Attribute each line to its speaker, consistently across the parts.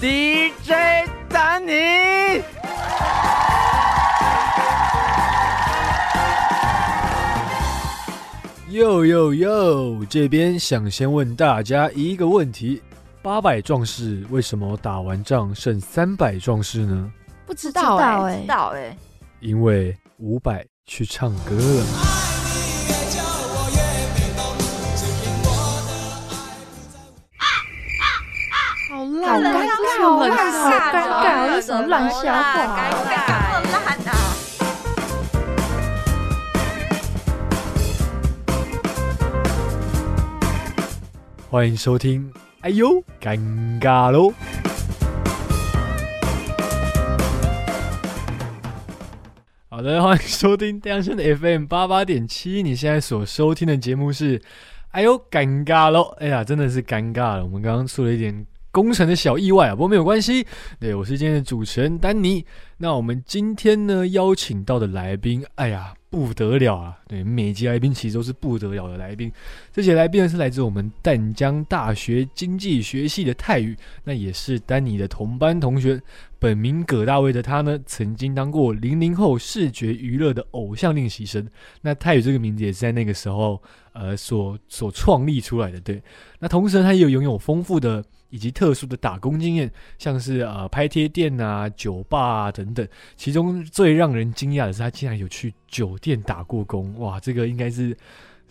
Speaker 1: DJ 丹尼。
Speaker 2: 哟哟哟！这边想先问大家一个问题：八百壮士为什么打完仗剩三百壮士呢？
Speaker 3: 不知
Speaker 4: 知
Speaker 3: 道
Speaker 4: 道
Speaker 3: 哎、
Speaker 4: 哎
Speaker 3: 知道哎、
Speaker 2: 因为五百去唱歌了。
Speaker 4: 好
Speaker 3: 好
Speaker 4: 烂
Speaker 3: 尴
Speaker 4: 啊，
Speaker 3: 尬，
Speaker 4: 好
Speaker 3: 好
Speaker 4: 烂啊，
Speaker 3: 尴
Speaker 4: 好
Speaker 3: 尬，
Speaker 4: 尴尬，这是什么烂笑话
Speaker 3: 尴
Speaker 4: 啊？
Speaker 3: 尬，好烂啊！
Speaker 2: 欢迎收听，哎呦，尴尬喽！好的，欢迎收听亮声的 FM 八八点七，你现在所收听的节目是《哎呦尴尬喽》。哎呀，真的是尴尬了，我们刚刚出了一点工程的小意外啊，不过没有关系。对我是今天的主持人丹尼，那我们今天呢邀请到的来宾，哎呀不得了啊！对，每集来宾其实都是不得了的来宾，这些来宾呢是来自我们淡江大学经济学系的泰语，那也是丹尼的同班同学。本名葛大卫的他呢，曾经当过零零后视觉娱乐的偶像练习生。那泰语这个名字也是在那个时候，呃，所所创立出来的。对，那同时呢，他也有拥有丰富的以及特殊的打工经验，像是呃拍贴店啊、酒吧啊等等。其中最让人惊讶的是，他竟然有去酒店打过工。哇，这个应该是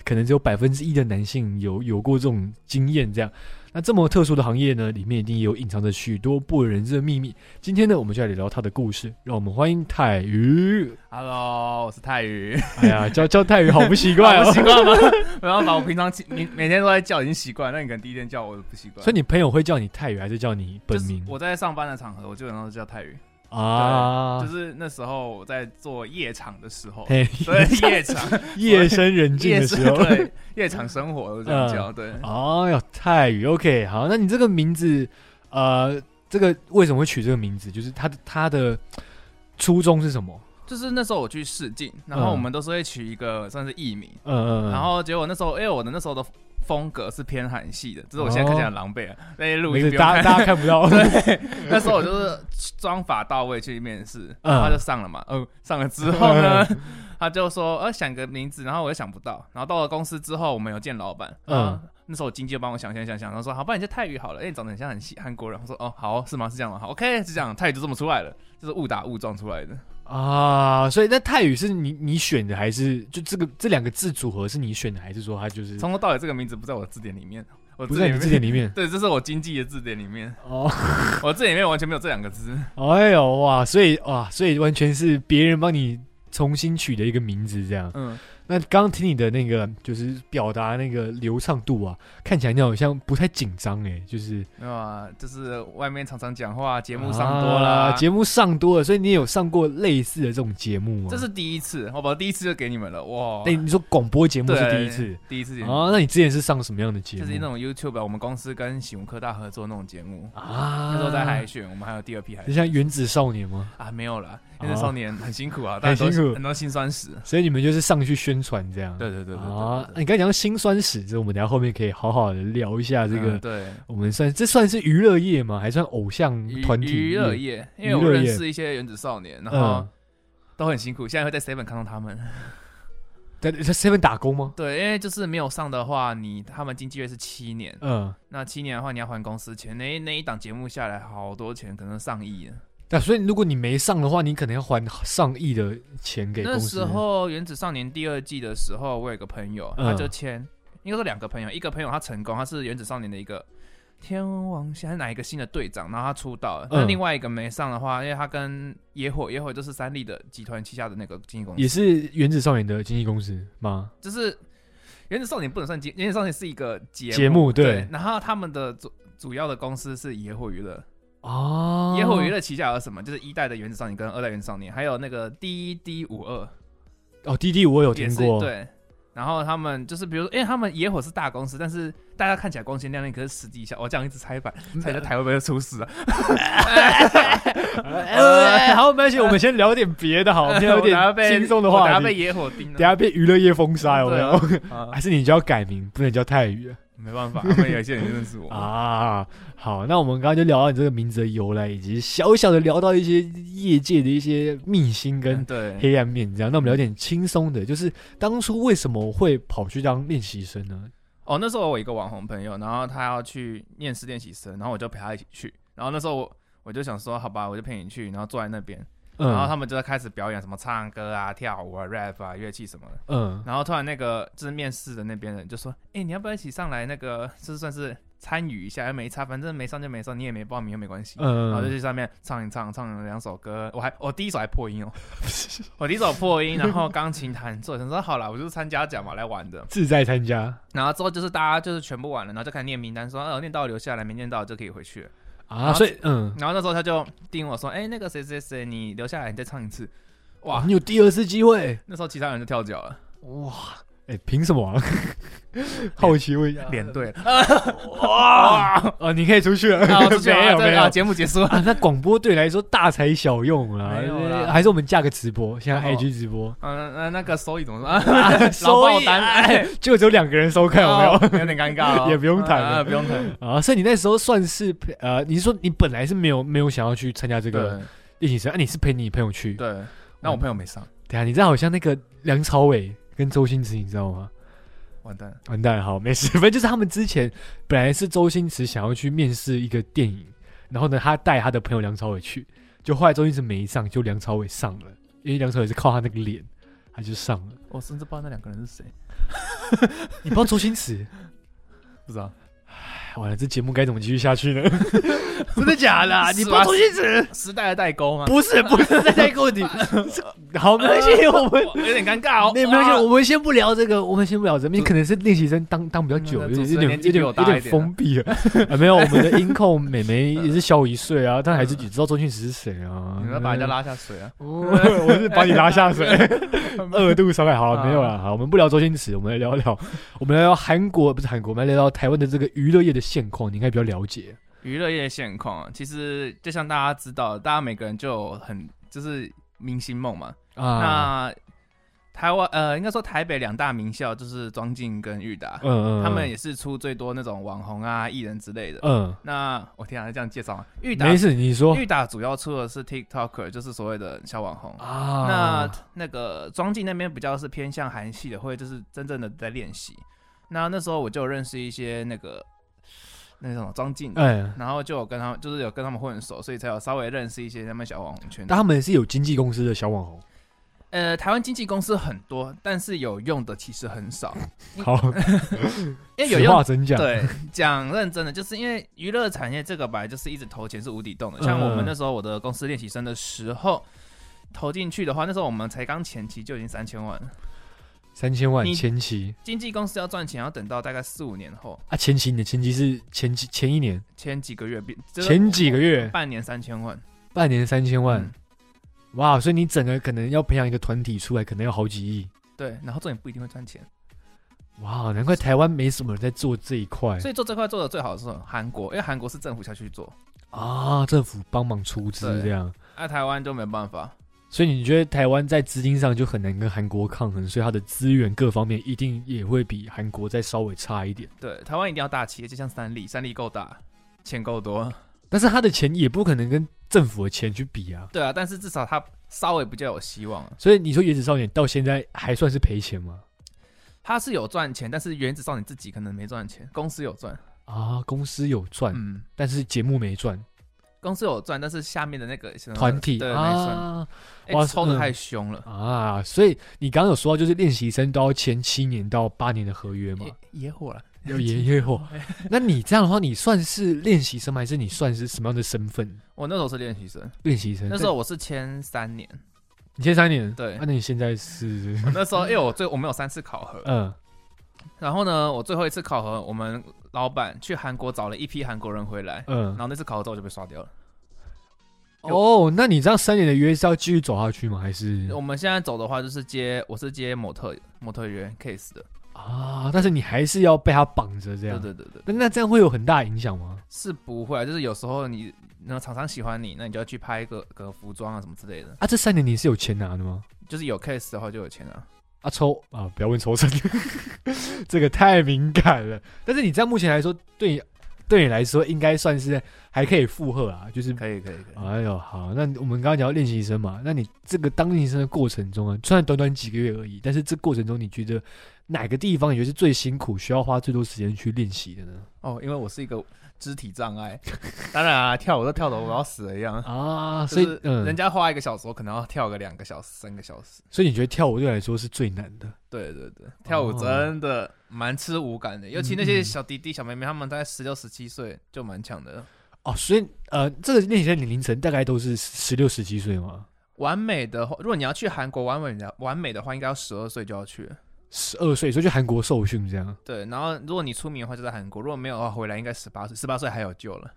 Speaker 2: 可能只有百分之一的男性有有过这种经验。这样，那这么特殊的行业呢，里面一定也有隐藏着许多不为人知的秘密。今天呢，我们就来聊聊他的故事。让我们欢迎泰宇。
Speaker 1: Hello，我是泰宇，
Speaker 2: 哎呀，叫叫泰宇好不习惯哦
Speaker 1: 我。习惯吗？ 没办法，我平常每每天都在叫，已经习惯。那你可能第一天叫我不习惯，
Speaker 2: 所以你朋友会叫你泰宇，还是叫你本名
Speaker 1: 就是？我在上班的场合，我基本上都叫泰宇。
Speaker 2: 啊
Speaker 1: 就，是那时候我在做夜场的时候，
Speaker 2: 嘿，
Speaker 1: 对夜场
Speaker 2: 夜深人静
Speaker 1: 夜
Speaker 2: 的时候。
Speaker 1: 对夜场生活都这样叫，对。
Speaker 2: 哦哟，泰语 OK，好，那你这个名字，呃，这个为什么会取这个名字？就是他的他的初衷是什么？
Speaker 1: 就是那时候我去试镜，然后
Speaker 2: 嗯
Speaker 1: 我们都是会取一个算是艺名，
Speaker 2: 嗯嗯，嗯
Speaker 1: 然后结果那时候，因为我的那时候的风格是偏韩系的，只是我现在看起来很狼狈啊，那些录
Speaker 2: 哦没
Speaker 1: 音
Speaker 2: 事，
Speaker 1: 不用
Speaker 2: 大
Speaker 1: 看。
Speaker 2: 家大家看不到。
Speaker 1: 那时候我就是妆法到位去面试，
Speaker 2: 嗯
Speaker 1: 然后他就上了嘛，嗯，上了之后呢， 他就说呃想个名字，然后我又想不到，然后到了公司之后，我们有见老板，嗯
Speaker 2: 嗯。
Speaker 1: 那时候我经纪就帮我想想想想，然后说哦好，不然你叫泰语好了，哎、你长得很像很西韩国人。我说哦，好哦是吗？是这样吗？好，OK，是这样，泰语就这么出来了，就是误打误撞出来的。
Speaker 2: 啊，所以那泰语是你你选的，还是就这个这两个字组合是你选的，还是说它就是
Speaker 1: 从头到尾这个名字不在我的字典里面，我
Speaker 2: 不在你
Speaker 1: 里
Speaker 2: 字
Speaker 1: 面
Speaker 2: 典里面？
Speaker 1: 对，这是我经纪的字典里面，
Speaker 2: 哦，
Speaker 1: 我字典里面完全没有这两个字。
Speaker 2: 哎呦哇，所以哇，所以完全是别人帮你重新取的一个名字这样。
Speaker 1: 嗯，
Speaker 2: 那刚刚听你的那个就是表达那个流畅度啊，看起来你好像不太紧张哎，就是
Speaker 1: 没有啊，就是外面常常讲话，节目上多啦。
Speaker 2: 啊节、目上多了，所以你也有上过类似的这种节目吗？
Speaker 1: 这是第一次，好吧，第一次就给你们了，哇！
Speaker 2: 哎、你说广播节目
Speaker 1: 对
Speaker 2: 是第一次
Speaker 1: 第一次节目，
Speaker 2: 啊？那你之前是上什么样的节目？
Speaker 1: 就是那种 YouTube，啊我们公司跟喜文科大合作那种节目，
Speaker 2: 啊，
Speaker 1: 那时候在海选，我们还有第二批海
Speaker 2: 就
Speaker 1: 选
Speaker 2: 像原子少年吗？
Speaker 1: 啊，没有啦，
Speaker 2: 哦
Speaker 1: 因为少年很辛苦啊，
Speaker 2: 很辛
Speaker 1: 大
Speaker 2: 苦啊
Speaker 1: 家都很多辛酸史。
Speaker 2: 所以你们就是上去宣传这样。
Speaker 1: 对对对对
Speaker 2: 啊
Speaker 1: 对，对
Speaker 2: 你刚才讲辛酸史，这我们等一下后面可以好好的聊一下这
Speaker 1: 嗯
Speaker 2: 个。
Speaker 1: 对
Speaker 2: 我们算这算是娱乐业吗？还算偶像
Speaker 1: 娱
Speaker 2: 嗯团体
Speaker 1: 娱乐？业，因为
Speaker 2: 娱
Speaker 1: 我
Speaker 2: 乐业
Speaker 1: 认识一些原子少年，然后
Speaker 2: 嗯，
Speaker 1: 都很辛苦，现在会在 Seven 看到他们。
Speaker 2: 在在 seven 打工吗？
Speaker 1: 对，因为就是没有上的话，你他们经纪约是七年，
Speaker 2: 嗯，
Speaker 1: 那七年的话你要还公司钱，那一那一档节目下来好多钱，可能上亿呢。
Speaker 2: 那所以如果你没上的话，你可能要还上亿的钱给
Speaker 1: 那
Speaker 2: 公司。
Speaker 1: 时候《原子少年》第二季的时候，我有一个朋友，
Speaker 2: 嗯
Speaker 1: 他就签，应该说两个朋友，一个朋友他成功，他是《原子少年》的一个天王星还是哪一个新的队长，然后他出道了。那
Speaker 2: 嗯
Speaker 1: 另外一个没上的话，因为他跟野火，野火就是三立的集团旗下的那个经纪公司，
Speaker 2: 也是原子少年的经纪公司吗？
Speaker 1: 就是《原子少年》不能算节，《原子少年》是一个节
Speaker 2: 节目对
Speaker 1: 对。然后他们的主主要的公司是野火娱乐，
Speaker 2: 哦，
Speaker 1: 野火娱乐旗下有什么？就是一代的原子少年跟二代原子少年，还有那个 D D 五二
Speaker 2: 哦，滴滴我有
Speaker 1: 也
Speaker 2: 听
Speaker 1: 是
Speaker 2: 过，，
Speaker 1: 对。然后他们就是，比如说，因为他们野火是大公司，但是大家看起来光鲜亮丽，可是实际上，我这样一直猜反，
Speaker 2: 嗯
Speaker 1: 猜在
Speaker 2: 呃
Speaker 1: 台会不会出 事啊？
Speaker 2: 哎，好，没关系，我们先聊点别的，好，我们先
Speaker 1: 呃
Speaker 2: 聊
Speaker 1: 我等下
Speaker 2: 点
Speaker 1: 被
Speaker 2: 轻松的
Speaker 1: 我等
Speaker 2: 话
Speaker 1: 下
Speaker 2: 题
Speaker 1: 被。野火盯
Speaker 2: 等一
Speaker 1: 了。
Speaker 2: 下被娱乐业封杀有没有？
Speaker 1: 啊
Speaker 2: 还是你就要改名，不能叫泰语了？
Speaker 1: 没办法，他们有些人认识我。
Speaker 2: 啊，好，那我们刚刚就聊到你这个名字的由来，以及小小的聊到一些业界的一些秘辛跟
Speaker 1: 对，
Speaker 2: 黑暗面，这样。那我们聊点轻松的，就是当初为什么会跑去当练习生呢？
Speaker 1: 哦，那时候我一个网红朋友，然后他要去念试练习生，然后我就陪他一起去。然后那时候我我就想说，好吧，我就陪你去，然后坐在那边，然后他
Speaker 2: 嗯
Speaker 1: 们就在开始表演什么唱歌啊、跳舞啊、rap 啊、乐器什么的。
Speaker 2: 嗯，
Speaker 1: 然后突然那个就是面试的那边人就说：“哎、你要不要一起上来？那个就是算是参与一下，又没差，反正没上就没上，你也没报名又没关系。然后就
Speaker 2: 嗯，
Speaker 1: 去上面唱一唱，唱了两首歌。我还我第一首还破音哦，我第一首破音，然后钢琴弹奏。想说好啦，我就是参加奖嘛，来玩的。
Speaker 2: 自在参加
Speaker 1: 然后之后就是大家就是全部完了，然后就开始念名单，说哦念到留下来，没念到就可以回去了。
Speaker 2: 啊，所以嗯，
Speaker 1: 然后那时候他就叮我说：“哎、那个谁谁谁，你留下来，你再唱一次。”
Speaker 2: 哇，
Speaker 1: 哇，
Speaker 2: 你有第二次机会，
Speaker 1: 那时候其他人就跳脚了，
Speaker 2: 哇，哎，凭什么啊？好奇问一下，
Speaker 1: 脸对了，
Speaker 2: 哇，哦，你可以出去了，
Speaker 1: 啊啊，我出 去了
Speaker 2: 没有
Speaker 1: 对
Speaker 2: 没
Speaker 1: 啊
Speaker 2: 有。
Speaker 1: 节目结束了。
Speaker 2: 啊，那广播对来说大材小用啦，
Speaker 1: 没有啦
Speaker 2: 还是我们架个直播，现在
Speaker 1: 哦
Speaker 2: IG 直播，
Speaker 1: 嗯，那那个收益怎 么说？
Speaker 2: 收益
Speaker 1: 老爆单
Speaker 2: 哎，就只有两个人收看，有没有？
Speaker 1: 哦有点尴 尬哦，
Speaker 2: 也不用谈了
Speaker 1: 啊，啊不用谈。
Speaker 2: 啊，所以你那时候算是陪呃，你是说你本来是没有没有想要去参加这个
Speaker 1: 对
Speaker 2: 练习生，啊，你是陪你朋友去。等
Speaker 1: 对，那我朋友没上，
Speaker 2: 一下你这好像那个梁朝伟跟周星驰，你知道吗？
Speaker 1: 完蛋了。
Speaker 2: 完蛋，好，没事， 反正就是他们之前本来是周星驰想要去面试一个电影，然后呢，他带他的朋友梁朝伟去，就后来周星驰没上，就梁朝伟上了，因为梁朝伟是靠他那个脸，他就上了。
Speaker 1: 我甚至不知道那两个人是谁，
Speaker 2: 你不知道周星 驰？
Speaker 1: 不知道。
Speaker 2: 哎完了，这节目该怎么继续下去 呢？
Speaker 1: 真的假的
Speaker 2: 啊你不知道周
Speaker 1: 星驰时代的代沟吗？
Speaker 2: 不是，不是 在个 问题。好，没关 系，我们
Speaker 1: 有点尴尬 哦。
Speaker 2: 那没关系，
Speaker 1: 哇
Speaker 2: 我们先不聊这个，我们先不聊这个，你
Speaker 1: 主
Speaker 2: 可能是练习生当当比较久，
Speaker 1: 嗯那主
Speaker 2: 有点
Speaker 1: 持人
Speaker 2: 有点
Speaker 1: 年纪
Speaker 2: 有点
Speaker 1: 比
Speaker 2: 有
Speaker 1: 我大
Speaker 2: 点
Speaker 1: 一点啊
Speaker 2: 封闭 了。啊没有，我们的音控美眉也是小我一岁啊，但还是只知道周星驰是谁啊。
Speaker 1: 你们把人家拉下水 啊！
Speaker 2: 哦，我是把你拉 下水，二度伤害。好
Speaker 1: 啊
Speaker 2: 了，没有了。好，我们不聊周星驰，我们来聊聊， 我们来聊韩国，不是韩国，我们来聊聊台湾的这个娱乐业的现况，你应该比较了解。
Speaker 1: 娱乐业现况啊，其实就像大家知道，大家每个人就有很就是明星梦嘛。
Speaker 2: 啊，
Speaker 1: 那台湾呃，应该说台北两大名校就是庄敬跟裕达，
Speaker 2: 嗯嗯，
Speaker 1: 啊他们也是出最多那种网红啊、艺人之类的。
Speaker 2: 嗯，
Speaker 1: 那我天啊，这样介绍啊，裕达
Speaker 2: 没事，你说
Speaker 1: 裕达主要出的是 TikToker，就是所谓的小网红。
Speaker 2: 啊，
Speaker 1: 那那个庄敬那边比较是偏向韩系的，会就是真正的在练习。那那时候我就有认识一些那个那个什么庄敬的，
Speaker 2: 哎，
Speaker 1: 然后就有跟他们就是有跟他们混熟，所以才有稍微认识一些他们小网红圈。
Speaker 2: 但他们是有经纪公司的小网红。
Speaker 1: 呃，台湾经纪公司很多，但是有用的其实很少，
Speaker 2: 好，
Speaker 1: 因为有
Speaker 2: 此
Speaker 1: 用
Speaker 2: 话怎讲？
Speaker 1: 对，讲认真的，就是因为娱乐产业这个本来就是一直投钱是无底洞的。
Speaker 2: 嗯
Speaker 1: 像我们那时候我的公司练习生的时候，投进去的话，那时候我们才刚前期就已经三千万了。
Speaker 2: 三千万
Speaker 1: 你
Speaker 2: 前期
Speaker 1: 经纪公司要赚钱，要等到大概四五年后，
Speaker 2: 啊，前期你的前期是前期前一年、
Speaker 1: 前几个月变
Speaker 2: 前几个月
Speaker 1: 半年三千万，
Speaker 2: 半年三千万，
Speaker 1: 啊嗯
Speaker 2: 哇！所以你整个可能要培养一个团体出来，可能要好几亿，
Speaker 1: 对，然后重点不一定会赚钱。
Speaker 2: 哇！难怪台湾没什么人在做这一块
Speaker 1: 所以做这块做的最好的是韩国，因为韩国是政府下去做，
Speaker 2: 啊，政府帮忙出资
Speaker 1: 对
Speaker 2: 这样。
Speaker 1: 那、台湾就没办法。
Speaker 2: 所以你觉得台湾在资金上就很难跟韩国抗衡，所以它的资源各方面一定也会比韩国再稍微差一点。
Speaker 1: 对，台湾一定要大企业，就像三立，三立够大，钱够多，
Speaker 2: 但是它的钱也不可能跟政府的钱去比啊。
Speaker 1: 对啊，但是至少它稍微比较有希望、啊。
Speaker 2: 所以你说《原子少年》到现在还算是赔钱吗？
Speaker 1: 他是有赚钱，但是原子少年自己可能没赚钱，公司有赚，
Speaker 2: 啊，公司有赚，
Speaker 1: 嗯，
Speaker 2: 但是节目没赚，
Speaker 1: 公司有赚，但是下面的那个什么
Speaker 2: 团体
Speaker 1: 嗯对没赚，
Speaker 2: 啊
Speaker 1: 哎、
Speaker 2: 哇
Speaker 1: 抽的
Speaker 2: 嗯
Speaker 1: 太凶了，
Speaker 2: 啊，所以你刚刚有说到，就是练习生都要签七年到八年的合约嘛，
Speaker 1: 野野火了，
Speaker 2: 要也也有。那你这样的话，你算是练习生吗？还是你算是什么样的身份？
Speaker 1: 我那时候是练习 生，
Speaker 2: 练习生？
Speaker 1: 那时候我是签三年，
Speaker 2: 你签三年，
Speaker 1: 对
Speaker 2: 啊那你现在是
Speaker 1: 我那时候因为我最我们有三次考核，
Speaker 2: 嗯
Speaker 1: 然后呢，我最后一次考核，我们老板去韩国找了一批韩国人回来，然
Speaker 2: 嗯
Speaker 1: 后那次考核之后我就被刷掉了。
Speaker 2: 哦，那你这样三年的约是要继续走下去吗？还是
Speaker 1: 我们现在走的话就是接我是接模特模特员 case 的，
Speaker 2: 啊？但是你还是要被他绑着这
Speaker 1: 对
Speaker 2: 样？
Speaker 1: 对对对，
Speaker 2: 那那这样会有很大影响吗？
Speaker 1: 是不会啊，就是有时候你那厂商喜欢你，那你就要去拍一个个服装啊什么之类的。
Speaker 2: 啊，这三年你是有钱拿的吗？
Speaker 1: 就是有 case 的话就有钱啊。
Speaker 2: 啊抽啊，不要问抽成， 这个太敏感了。但是你在目前来说，对你对你来说应该算是还可以负荷啊，就是
Speaker 1: 可以可以可以。
Speaker 2: 哎呦好，那我们刚刚讲到练习生嘛，那你这个当练习生的过程中啊，虽然短短几个月而已，但是这过程中你觉得哪个地方你觉得是最辛苦，需要花最多时间去练习的呢？
Speaker 1: 哦，因为我是一个肢体障碍， 当然啊，跳舞都跳的我要死了一 样。
Speaker 2: 啊，
Speaker 1: 所
Speaker 2: 所以
Speaker 1: 以
Speaker 2: 嗯，
Speaker 1: 人家花一个小时，我可能要跳个两个小时、三个小时。
Speaker 2: 所以你觉得跳舞对你来说是最难的？
Speaker 1: 对对对，跳舞真的蛮吃舞感的，尤其那
Speaker 2: 嗯
Speaker 1: 些
Speaker 2: 嗯
Speaker 1: 小弟弟、小妹妹，他们大概十六、十七岁就蛮强的。
Speaker 2: 哦，所以呃，这个练习生年龄层大概都是十六、十七岁吗？
Speaker 1: 完美的话，如果你要去韩国完美的完美的话，应该要十二岁就要去。
Speaker 2: 十二岁，所以去韩国受训这样。
Speaker 1: 对，然后如果你出名的话就在韩国，如果没有的话回来应该十八岁，十八岁还有救了，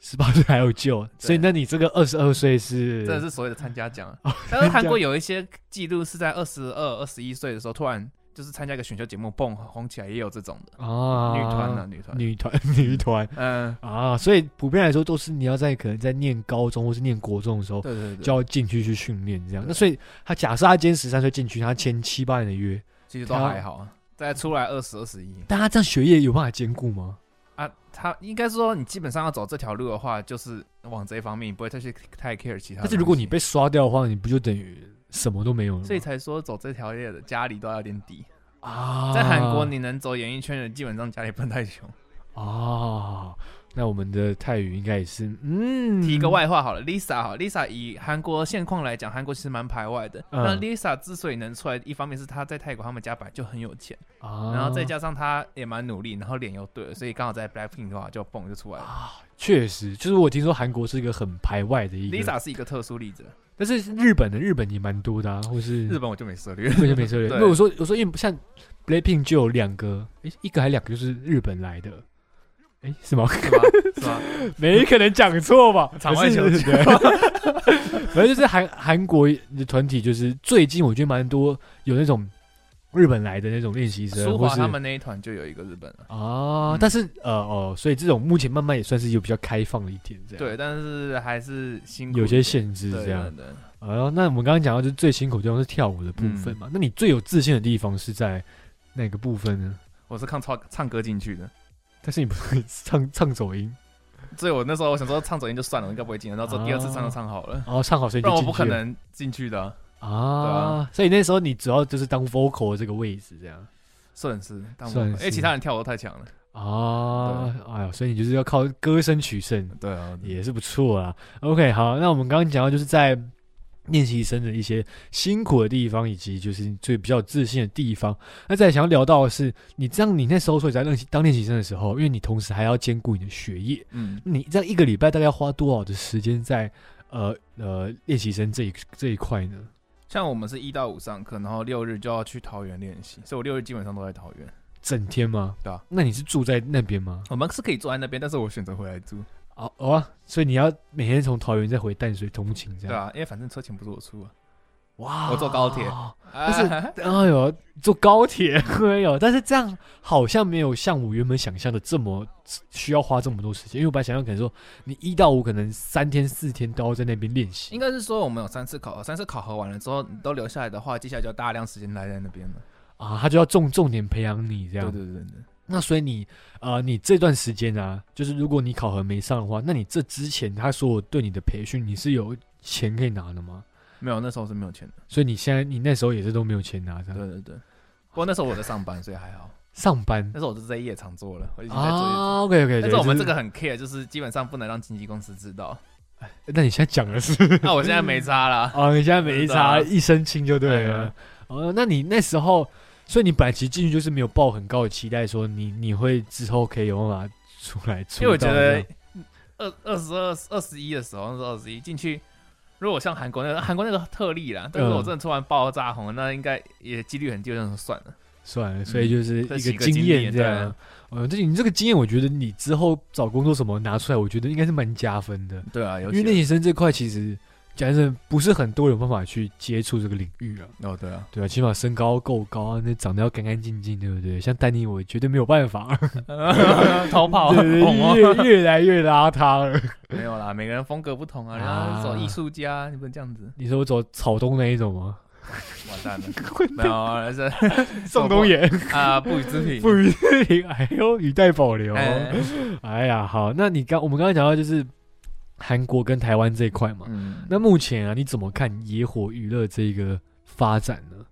Speaker 2: 十八岁还有救，所以那你这个二十二岁是
Speaker 1: 真的是所谓的参加奖。
Speaker 2: 哦
Speaker 1: 但是韩国有一些记录是在二十二、二十一岁的时候，突然就是参加一个选秀节目蹦红起来，也有这种的
Speaker 2: 啊
Speaker 1: 女团啊，女团。
Speaker 2: 女团 女团
Speaker 1: 嗯，
Speaker 2: 啊，所以普遍来说都是你要在可能在念高中或是念国中的时候
Speaker 1: 对对对
Speaker 2: 就，要进去去训练这样。
Speaker 1: 对
Speaker 2: 那所以他假设他今天十三岁进去，他签七八年的约，
Speaker 1: 其实都还好。啊再出来二十、二十一
Speaker 2: 但他这样学业有办法兼顾吗？
Speaker 1: 啊，他应该说你基本上要走这条路的话，就是往这一方面，你不会太去太 care 其他的东西。
Speaker 2: 但是如果你被刷掉的话，你不就等于什么都没有了吗？
Speaker 1: 所以才说走这条业的家里都要有点底。
Speaker 2: 啊，
Speaker 1: 在韩国你能走演艺圈的，基本上家里不太穷。
Speaker 2: 啊，那我们的泰语应该也是嗯，
Speaker 1: 提一个外话好了，Lisa 好，Lisa 以韩国现况来讲，韩国其实蛮排外的。
Speaker 2: 嗯
Speaker 1: 那 Lisa 之所以能出来，一方面是她在泰国他们家本来就很有钱，
Speaker 2: 啊，
Speaker 1: 然后再加上她也蛮努力，然后脸又对了，所以刚好在 Blackpink 的话就蹦就出来了。
Speaker 2: 啊，确实，就是我听说韩国是一个很排外的一个
Speaker 1: Lisa 是一个特殊例子，
Speaker 2: 但是日本的日本也蛮多的啊，或是
Speaker 1: 日本我就没涉略
Speaker 2: 日。本就没涉猎。
Speaker 1: 对
Speaker 2: 因为我说我说，因为像 Blackpink 就有两个，诶，一个还两个就是日本来的，诶，是吗？
Speaker 1: 是吧？ 是吧？
Speaker 2: 没可能讲错吧？
Speaker 1: 场外求
Speaker 2: 救。反正就是韩韩国的团体，就是最近我觉得蛮多有那种日本来的那种练习
Speaker 1: 舒
Speaker 2: 生，或
Speaker 1: 华
Speaker 2: 是
Speaker 1: 他们那一团就有一个日本了，
Speaker 2: 啊
Speaker 1: 嗯，
Speaker 2: 但是呃哦，所以这种目前慢慢也算是有比较开放了一点，这样
Speaker 1: 对，但是还是辛苦一点，
Speaker 2: 啊有些限制
Speaker 1: 对
Speaker 2: 这样。
Speaker 1: 对对
Speaker 2: 哦，那我们刚刚讲到就是最辛苦的地方是跳舞的部分嘛，那你最有自信的地方是在哪个部分呢？
Speaker 1: 我是靠唱唱歌进去的。
Speaker 2: 但是你不会唱唱走音，
Speaker 1: 所以我那时候我想说唱走音就算了，我应该不会进的。然后做第二次唱就唱好了，
Speaker 2: 然后唱好哦所以
Speaker 1: 不然
Speaker 2: 就
Speaker 1: 我
Speaker 2: 进
Speaker 1: 不
Speaker 2: 去
Speaker 1: 可
Speaker 2: 了
Speaker 1: 能进去的啊、
Speaker 2: 啊。所以那时候你主要就是当 vocal 的这个位置这样
Speaker 1: 摄影师，当
Speaker 2: 算
Speaker 1: 因为
Speaker 2: 是
Speaker 1: 哎其他人跳舞都太强了。
Speaker 2: 啊，哎呀，所以你就是要靠歌声取胜，
Speaker 1: 对啊，
Speaker 2: 也是不错啦。OK，好，那我们刚刚讲到就是在练习生的一些辛苦的地方，以及就是你最比较自信的地方。那再想要聊到的是，你这样你那时候所以在练习当练习生的时候，因为你同时还要兼顾你的学业，
Speaker 1: 嗯，
Speaker 2: 你这样一个礼拜大概要花多少的时间在呃呃练习生这一这一块呢？
Speaker 1: 像我们是一到五上课，然后六日就要去桃园练习，所以我六日基本上都在桃园。
Speaker 2: 整天吗？
Speaker 1: 对啊。
Speaker 2: 那你是住在那边吗？
Speaker 1: 我们是可以坐在那边，但是我选择回来住，
Speaker 2: 哦哦、啊，所以你要每天从桃园再回淡水通勤这
Speaker 1: 对
Speaker 2: 样。
Speaker 1: 啊，因为反正车钱不是我出啊。
Speaker 2: 哇
Speaker 1: 我坐高铁但
Speaker 2: 是哎呦，坐高铁， 哎呦，但是这样好像没有像我原本想象的这么需要花这么多时间，因为我本来想象可能说你一到五可能三天四天都要在那边练习
Speaker 1: 应该是说我们有三次考核，三次考核完了之后你都留下来的话，接下来就要大量时间待在那边了。
Speaker 2: 啊，他就要重重点培养你这
Speaker 1: 对
Speaker 2: 样。
Speaker 1: 对对对，
Speaker 2: 那所以你呃，你这段时间啊，就是如果你考核没上的话，那你这之前他所有对你的培训，你是有钱可以拿的吗？
Speaker 1: 没有那时候是没有钱的。
Speaker 2: 所以你现在你那时候也是都没有钱拿的，
Speaker 1: 对对对，不过那时候我在上班，所以还好。
Speaker 2: 上班
Speaker 1: 那时候我就是在夜场做了，我已经在做夜场。
Speaker 2: 啊，OK OK，
Speaker 1: 但是我们这个，很 care，就是基本上不能让经纪公司知道。
Speaker 2: 那你现在讲的是。
Speaker 1: 那我现在没差啦
Speaker 2: 哦，你现在没差，
Speaker 1: 真的
Speaker 2: 一身轻就对
Speaker 1: 哎
Speaker 2: 了
Speaker 1: 呀。
Speaker 2: 哦，那你那时候，所以你本来其实进去就是没有抱很高的期待，说你你会之后可以有办法出来出道这样。
Speaker 1: 因为我觉得二二十二、二十一的时候，那时候二十一进去，如果像韩国那个韩国那个特例啦，但是
Speaker 2: 嗯
Speaker 1: 我真的突然爆炸红，那应该也几率很低，我就想说算了。
Speaker 2: 算了，
Speaker 1: 嗯
Speaker 2: 所以就是
Speaker 1: 这
Speaker 2: 一
Speaker 1: 是一
Speaker 2: 个
Speaker 1: 个
Speaker 2: 经
Speaker 1: 经
Speaker 2: 验
Speaker 1: 验
Speaker 2: 这
Speaker 1: 对
Speaker 2: 样
Speaker 1: 啊。
Speaker 2: 呃，这你这个经验，我觉得你之后找工作什么拿出来，我觉得应该是蛮加分的，
Speaker 1: 对啊，因
Speaker 2: 因为练习生这块其实讲真的，不是很多人有办法去接触这个领域啊。
Speaker 1: 哦，对 啊，
Speaker 2: 对啊，起码身高够高啊，那长得要干干净净，对不对？像丹尼，我绝对没有办法，
Speaker 1: 逃跑
Speaker 2: 对对
Speaker 1: 红哦，
Speaker 2: 对越越来越邋遢了。
Speaker 1: 没有啦，每个人风格不同啊，
Speaker 2: 啊
Speaker 1: 人家是走艺术家，你不能这样子。
Speaker 2: 你说我走草东那一种吗？
Speaker 1: 完蛋 了，没有啊，是
Speaker 2: 宋冬野
Speaker 1: 啊，不予置评。
Speaker 2: 不予置评，哎呦，语带保留。
Speaker 1: 哎，
Speaker 2: 哎呀，好，那你刚我们刚刚讲到就是韩国跟台湾这一块嘛，
Speaker 1: 嗯，
Speaker 2: 那目前啊，你怎么看野火娱乐这个发展呢？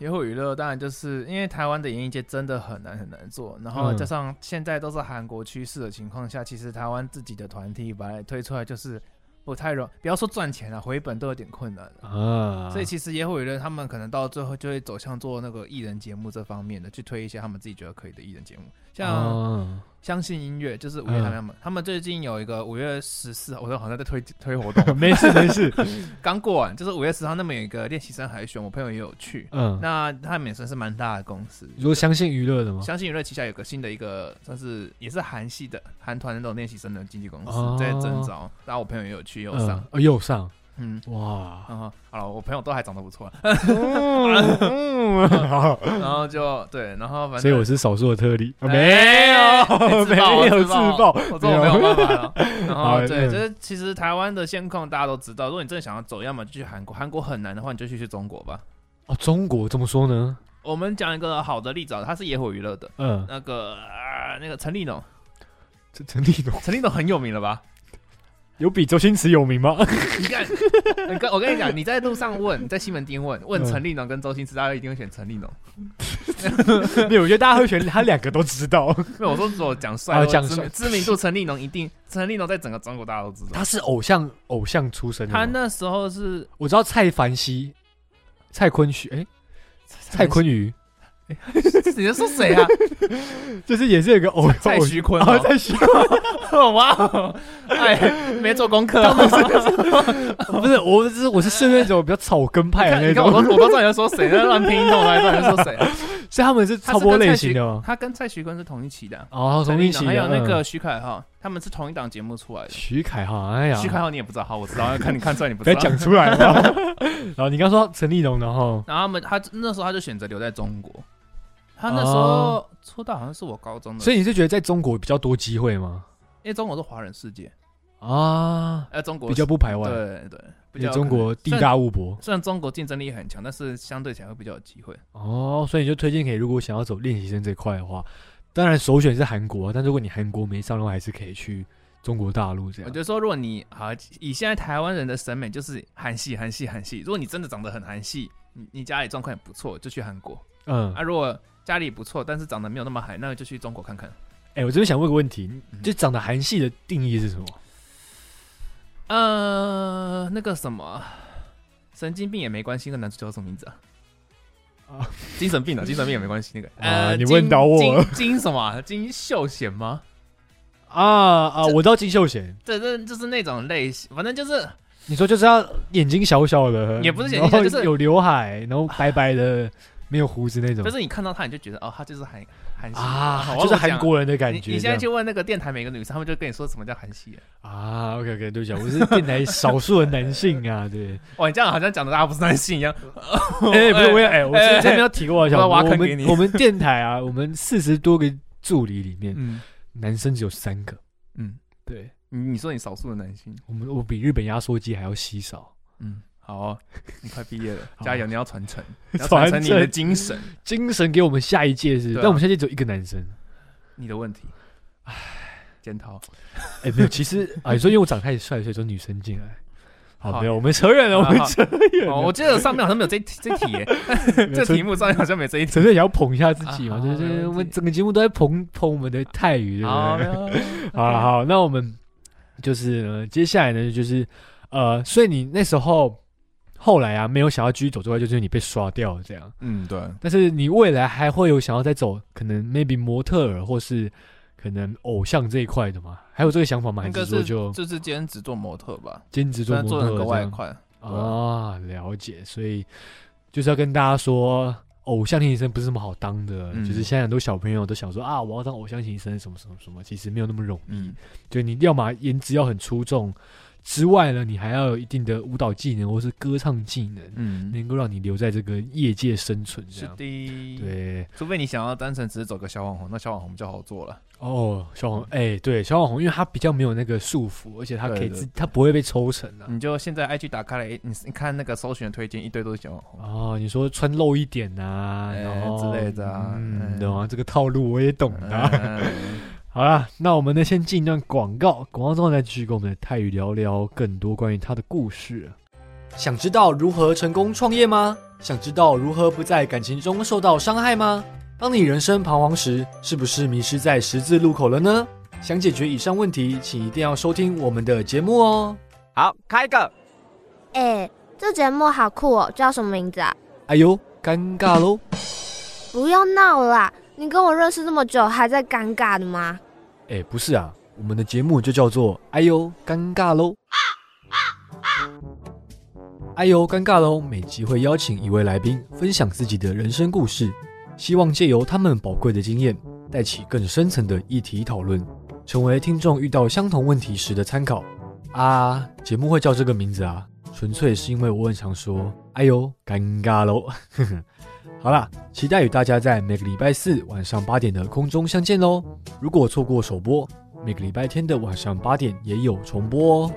Speaker 1: 野火娱乐当然就是因为台湾的演艺界真的很难很难做，然后
Speaker 2: 嗯
Speaker 1: 加上现在都是韩国趋势的情况下，其实台湾自己的团体把它推出来就是不太容，不要说赚钱了、回本都有点困难了。
Speaker 2: 啊，
Speaker 1: 所以其实野火娱乐他们可能到最后就会走向做那个艺人节目这方面的，去推一些他们自己觉得可以的艺人节目，像
Speaker 2: 啊
Speaker 1: 相信音乐就是五月他
Speaker 2: 嗯
Speaker 1: 们，他们最近有一个五月十四号，我好像在推推活动，
Speaker 2: 没事没事，
Speaker 1: 刚过完，就是五月十号那边有一个练习生海选，我朋友也有去。
Speaker 2: 嗯，
Speaker 1: 那他们也算是蛮大的公司，
Speaker 2: 你说相信娱乐的吗？
Speaker 1: 相信娱乐旗下有个新的一个，算是也是韩系的韩团那种练习生的经纪公司、
Speaker 2: 哦
Speaker 1: 在征招，然后我朋友也有去有上
Speaker 2: 嗯，，呃右上，
Speaker 1: 嗯，
Speaker 2: 哇，
Speaker 1: 然后好了，我朋友都还长得不错，啊
Speaker 2: 嗯，好
Speaker 1: 然后就对，然后反正
Speaker 2: 所以我是少数的特例，
Speaker 1: 哎
Speaker 2: 没有
Speaker 1: 自爆
Speaker 2: 没有自爆，
Speaker 1: 我这我没有办法 了。然
Speaker 2: 好
Speaker 1: 后对，
Speaker 2: 嗯
Speaker 1: 就是其实台湾的现况大家都知道，如果你真的想要走，要么就去韩国，韩国很难的话，你就去去中国吧。
Speaker 2: 哦，中国怎么说呢？
Speaker 1: 我们讲一个好的例子啊，他是野火娱乐的
Speaker 2: 嗯，
Speaker 1: 那个、啊那个陈立农，
Speaker 2: 这陈立农
Speaker 1: 陈立农很有名了吧？
Speaker 2: 有比周星驰有名 吗？
Speaker 1: 你看，你跟我跟你 讲，你在路上问，你在西门町
Speaker 2: 嗯
Speaker 1: 问，问陈立农跟周星驰，大家一定会选陈立农。
Speaker 2: 没有，我觉得大家会觉得他两个都知道，
Speaker 1: 没有，我说如果讲帅
Speaker 2: 啊
Speaker 1: 或者
Speaker 2: 讲
Speaker 1: 知名
Speaker 2: 帅
Speaker 1: 知名度，陈立农一定，陈立农在整个中国大家都知道。
Speaker 2: 他是偶像偶像出身的吗。
Speaker 1: 他那时候是
Speaker 2: 我知道蔡凡熙、蔡坤旭，哎、蔡坤宇，
Speaker 1: 你在说谁啊？
Speaker 2: 就是也是有一个偶
Speaker 1: 蔡
Speaker 2: 偶
Speaker 1: 徐坤
Speaker 2: 哦，
Speaker 1: 哦。
Speaker 2: 蔡徐，
Speaker 1: 哇哦，哎，没做功课、哦。
Speaker 2: 不是我，是我是是那种比较草根派的
Speaker 1: 你
Speaker 2: 那
Speaker 1: 看，我都
Speaker 2: 种，
Speaker 1: 我都知道你在说谁，在乱拼音，我还知道你在说谁啊。
Speaker 2: 所以他们是差不多类型的哦
Speaker 1: 他是跟蔡徐他跟蔡徐
Speaker 2: 吗？
Speaker 1: 坤是同一期的啊，
Speaker 2: 哦，同一起的，
Speaker 1: 还有那
Speaker 2: 嗯
Speaker 1: 个徐凯浩，他们是同一档节目出来的。
Speaker 2: 徐凯哈，哎呀，
Speaker 1: 徐凯浩你也不知道，好，我知道，看你看出来你不
Speaker 2: 不
Speaker 1: 知
Speaker 2: 要
Speaker 1: 道。
Speaker 2: 讲出来 了。然后你刚说陈立农，哦然后
Speaker 1: 然后他们他那时候他就选择留在中国，他那时候
Speaker 2: 哦
Speaker 1: 出道好像是我高中的，
Speaker 2: 所
Speaker 1: 以
Speaker 2: 以你是觉得在中国比较多机会吗？
Speaker 1: 因为中国是华人世界，
Speaker 2: 啊，
Speaker 1: 呃，中国
Speaker 2: 比较不排外，
Speaker 1: 对对，比
Speaker 2: 因为
Speaker 1: 较
Speaker 2: 中国地
Speaker 1: 虽然
Speaker 2: 大物博
Speaker 1: 虽然中国竞争力很强，但是相对起来会比较有机会。
Speaker 2: 哦，所以你就推荐给如果想要走练习生这块的话，当然首选是韩国，啊但如果你韩国没上的话，还是可以去中国大陆这
Speaker 1: 我
Speaker 2: 样
Speaker 1: 觉。得说，如果你好以现在台湾人的审美就是韩系、韩系、韩系，如果你真的长得很韩系，你你家里状况也不错，就去韩国
Speaker 2: 嗯，
Speaker 1: 啊；如果家里不错，但是长得没有那么韩，那就去中国看看。
Speaker 2: 哎、我这边想问个问题，
Speaker 1: 嗯
Speaker 2: 就长得韩系的定义是什么？
Speaker 1: 呃，那个什么，神经病也没关系，那个男主角叫什么名字啊？
Speaker 2: 啊
Speaker 1: 精神病啊，精神病也没关系。 那个，
Speaker 2: 啊
Speaker 1: 呃，
Speaker 2: 你
Speaker 1: 金
Speaker 2: 问到我了
Speaker 1: 金金什么啊？金秀贤吗？
Speaker 2: 啊啊，
Speaker 1: 这
Speaker 2: 我知道金秀贤，
Speaker 1: 对，这就是那种类型，反正就是
Speaker 2: 你说就是要眼睛小小的，
Speaker 1: 也不是眼睛
Speaker 2: 然后
Speaker 1: 小就是
Speaker 2: 有刘海，然后白白的，没有胡子那种
Speaker 1: 就是你看到他，你就觉得哦，他就是韩韩系
Speaker 2: 啊，
Speaker 1: 我
Speaker 2: 就
Speaker 1: 忘
Speaker 2: 是
Speaker 1: 记
Speaker 2: 韩
Speaker 1: 讲
Speaker 2: 国人的感
Speaker 1: 你
Speaker 2: 觉
Speaker 1: 你
Speaker 2: 这
Speaker 1: 现在
Speaker 2: 样。
Speaker 1: 去问那个电台每个女生，他们就跟你说什么叫韩系了。
Speaker 2: 啊，OK OK，对不起啊，我是电台少数的男性啊，对，
Speaker 1: 哇，你这样好像讲的大家不是男性一样。
Speaker 2: 哎、不是我也哎、我
Speaker 1: 哎
Speaker 2: 之前没有提过，我想
Speaker 1: 我要挖
Speaker 2: 我
Speaker 1: 坑给
Speaker 2: 们
Speaker 1: 你
Speaker 2: 我们电台啊，我们四十多个助理里面，
Speaker 1: 嗯
Speaker 2: 男生只有三个，
Speaker 1: 嗯，
Speaker 2: 对
Speaker 1: 你你说你少数的男性，
Speaker 2: 我们我比日本压缩机还要稀少。
Speaker 1: 嗯，好哦，你快毕业 了，
Speaker 2: 好
Speaker 1: 加油，你要传 承，你 要
Speaker 2: 传
Speaker 1: 传承你的
Speaker 2: 承
Speaker 1: 精神，
Speaker 2: 精神给我们下一届是，
Speaker 1: 对啊
Speaker 2: 但我们下一届只有一个男生。
Speaker 1: 你的问题。唉，检 讨。
Speaker 2: 哎、没有，其实啊，你说因为我长太帅，所以说女生进来。好，
Speaker 1: 好
Speaker 2: 没有，我们扯远了，我
Speaker 1: 好
Speaker 2: 们扯远了。
Speaker 1: 哦，我记得上面好像没有这 这题耶，这题目上面好像没有这一题。
Speaker 2: 纯粹想要捧一下自己嘛，
Speaker 1: 啊好
Speaker 2: 就是
Speaker 1: 没问题
Speaker 2: 我们整个节目都在捧捧我们的泰语，对不
Speaker 1: 好，没
Speaker 2: 对？
Speaker 1: 有
Speaker 2: 好了，好，那我们就是呃，接下来呢，就是呃，所以你那时候后来啊，没有想要继续走这块，就是你被刷掉了这样。
Speaker 1: 嗯，对，
Speaker 2: 但是你未来还会有想要再走，可能 maybe 模特儿或是可能偶像这一块的吗？还有这个想法
Speaker 1: 那
Speaker 2: 吗？还
Speaker 1: 个
Speaker 2: 是
Speaker 1: 是
Speaker 2: 说就
Speaker 1: 就是兼职做模特吧，
Speaker 2: 兼
Speaker 1: 虽
Speaker 2: 职做
Speaker 1: 然
Speaker 2: 模
Speaker 1: 做
Speaker 2: 特
Speaker 1: 那
Speaker 2: 儿
Speaker 1: 个
Speaker 2: 这
Speaker 1: 外
Speaker 2: 样？
Speaker 1: 快。
Speaker 2: 啊，了解，所以就是要跟大家说，偶像练习生不是那么好当的，
Speaker 1: 嗯
Speaker 2: 就是现在很多小朋友都想说啊，我要当偶像练习生什么什么什么，其实没有那么容易。
Speaker 1: 嗯
Speaker 2: 就你要么颜值要很出众，之外呢，你还要有一定的舞蹈技能或是歌唱技能，
Speaker 1: 嗯，
Speaker 2: 能够让你留在这个业界生存。这
Speaker 1: 是
Speaker 2: 样
Speaker 1: 的，，
Speaker 2: 对
Speaker 1: 除非你想要单纯只是走个小网红，那小网红比较好做了。
Speaker 2: 哦，小网哎、对小网红，因为他比较没有那个束缚，而且他可
Speaker 1: 对
Speaker 2: 以
Speaker 1: 对嗯
Speaker 2: 自，他不会被抽成啊。
Speaker 1: 你就现在 IG 打开来，诶你你看那个搜寻的推荐，一堆都是小网红。
Speaker 2: 哦，你说穿露一点啊，
Speaker 1: 哎
Speaker 2: 然后
Speaker 1: 之类的啊
Speaker 2: 嗯，
Speaker 1: 哎
Speaker 2: 懂啊，这个套路我也懂啊。
Speaker 1: 嗯
Speaker 2: 好啦，那我们呢先进一段广告，广告之后再继续跟我们的泰语聊聊更多关于他的故事。想知道如何成功创业吗？想知道如何不在感情中受到伤害吗？当你人生彷徨时，是不是迷失在十字路口了呢？想解决以上问题，请一定要收听我们的节目哦。
Speaker 3: 好，开一个。
Speaker 4: 哎，这节目好酷哦，叫什么名字啊？
Speaker 2: 哎呦，尴尬喽！
Speaker 4: 不要闹了啦，你跟我认识这么久，还在尴尬的吗？
Speaker 2: 哎，不是啊，我们的节目就叫做“哎呦尴尬喽”。哎呦尴尬喽！每集会邀请一位来宾分享自己的人生故事，希望借由他们宝贵的经验，带起更深层的议题讨论，成为听众遇到相同问题时的参考。啊，节目会叫这个名字啊，纯粹是因为我很常说“哎呦尴尬喽” 。好啦，期待与大家在每个礼拜四晚上八点的空中相见喽！如果错过首播，每个礼拜天的晚上八点也有重播哦。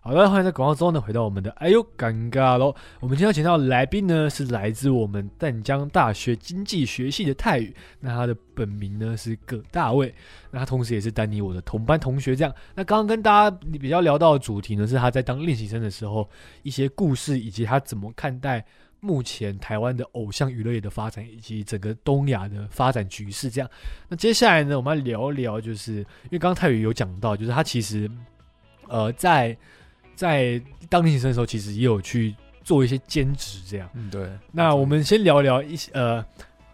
Speaker 2: 好的，欢迎在广告之后呢，回到我们的哎呦尴尬喽。我们今天要请到的来宾呢，是来自我们淡江大学经济学系的泰语，那他的本名呢是葛大卫，那他同时也是丹尼我的同班同学。这样，那刚刚跟大家比较聊到的主题呢，是他在当练习生的时候一些故事，以及他怎么看待目前台湾的偶像娱乐业的发展，以及整个东亚的发展局势。这样。那接下来呢，我们要聊一聊，就是因为刚刚泰宇有讲到，就是他其实呃在在当练习生的时候，其实也有去做一些兼职这样。
Speaker 1: 嗯，对，
Speaker 2: 那我们先聊聊一些呃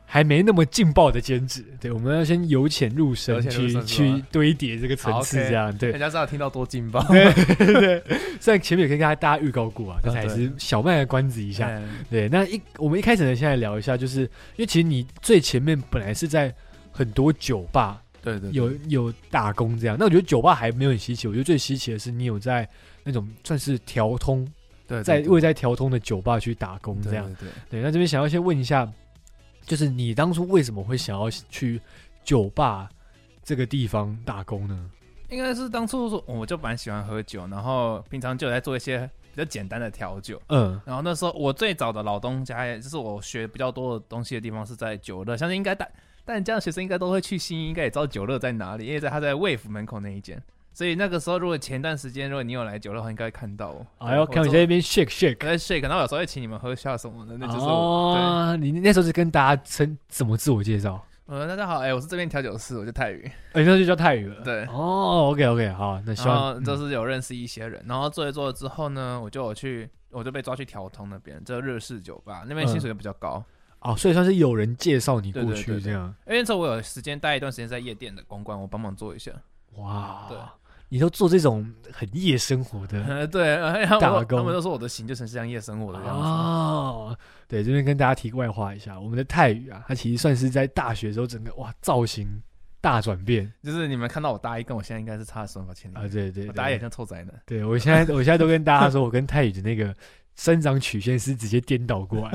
Speaker 2: 还没那么劲爆的兼职，对，我们要先由浅入深
Speaker 1: 由浅入
Speaker 2: 去
Speaker 1: 深是吧
Speaker 2: 去堆叠这个层次，
Speaker 1: 好，OK
Speaker 2: 这样对
Speaker 1: 人。家知道听到多劲爆。
Speaker 2: 对对，虽然前面也跟大家大家预告过啊，但是还
Speaker 1: 啊
Speaker 2: 是小卖的关子一下。
Speaker 1: 嗯
Speaker 2: 对，那一我们一开始呢，先来聊一下，就是因为其实你最前面本来是在很多酒吧，
Speaker 1: 对对，对
Speaker 2: 有有打工这样。那我觉得酒吧还没有很稀奇，我觉得最稀奇的是你有在那种算是调通，
Speaker 1: 对
Speaker 2: 在
Speaker 1: 对对
Speaker 2: 为在调通的酒吧去打工这样。
Speaker 1: 对对
Speaker 2: 对，那这边想要先问一下，就是你当初为什么会想要去酒吧这个地方打工呢？
Speaker 1: 对，应该是当初说我就蛮喜欢喝酒，然后平常就有在做一些比较简单的调酒。
Speaker 2: 嗯，
Speaker 1: 然后那时候我最早的老东家，也就是我学比较多的东西的地方是在九乐，相信应该大但这样学生应该都会去新，应该也知道九乐在哪里，因为在他在卫府门口那一间。所以那个时候，如果前段时间如果你有来九乐的话，应该会看到我。
Speaker 2: 哎呦，看
Speaker 1: 我
Speaker 2: 你在那边 shake shake。
Speaker 1: 在 shake，然后有时候会请你们喝下什么的，那就是我。
Speaker 2: 哦，你那时候是跟大家称怎么自我介绍？
Speaker 1: 对，呃，大家好，哎、我是这边调酒师，我叫泰宇。
Speaker 2: 哎，那就叫泰语了。
Speaker 1: 对
Speaker 2: 哦，OK OK，好，那希
Speaker 1: 然后
Speaker 2: 望
Speaker 1: 就
Speaker 2: 嗯
Speaker 1: 是有认识一些人，然后做一做之后呢，我就有去，我就被抓去调通那边，这日式酒吧那边薪水
Speaker 2: 嗯
Speaker 1: 也比较高。
Speaker 2: 哦，所以算是有人介绍你
Speaker 1: 对
Speaker 2: 过
Speaker 1: 对
Speaker 2: 去
Speaker 1: 对
Speaker 2: 这样。
Speaker 1: 因为那时候我有时间待一段时间在夜店的公关，我帮忙做一下。
Speaker 2: 哇，
Speaker 1: 对
Speaker 2: 你都做这种很夜生活 的
Speaker 1: 呃，对，然后
Speaker 2: 嗯打
Speaker 1: 我
Speaker 2: 工
Speaker 1: 他们都说我的型就是像夜生活的样子。
Speaker 2: 哦。对，这边跟大家题外话一下，我们的泰语啊，它其实算是在大学的时候整个哇造型大转变
Speaker 1: 就是你们看到我大一跟我现在应该是差三八千里
Speaker 2: 啊，，对对
Speaker 1: 我大一也
Speaker 2: 对，
Speaker 1: 像臭宅男。
Speaker 2: 对我现在我现在都跟大家说，我跟泰语的那个。生长曲线是直接颠倒过 来，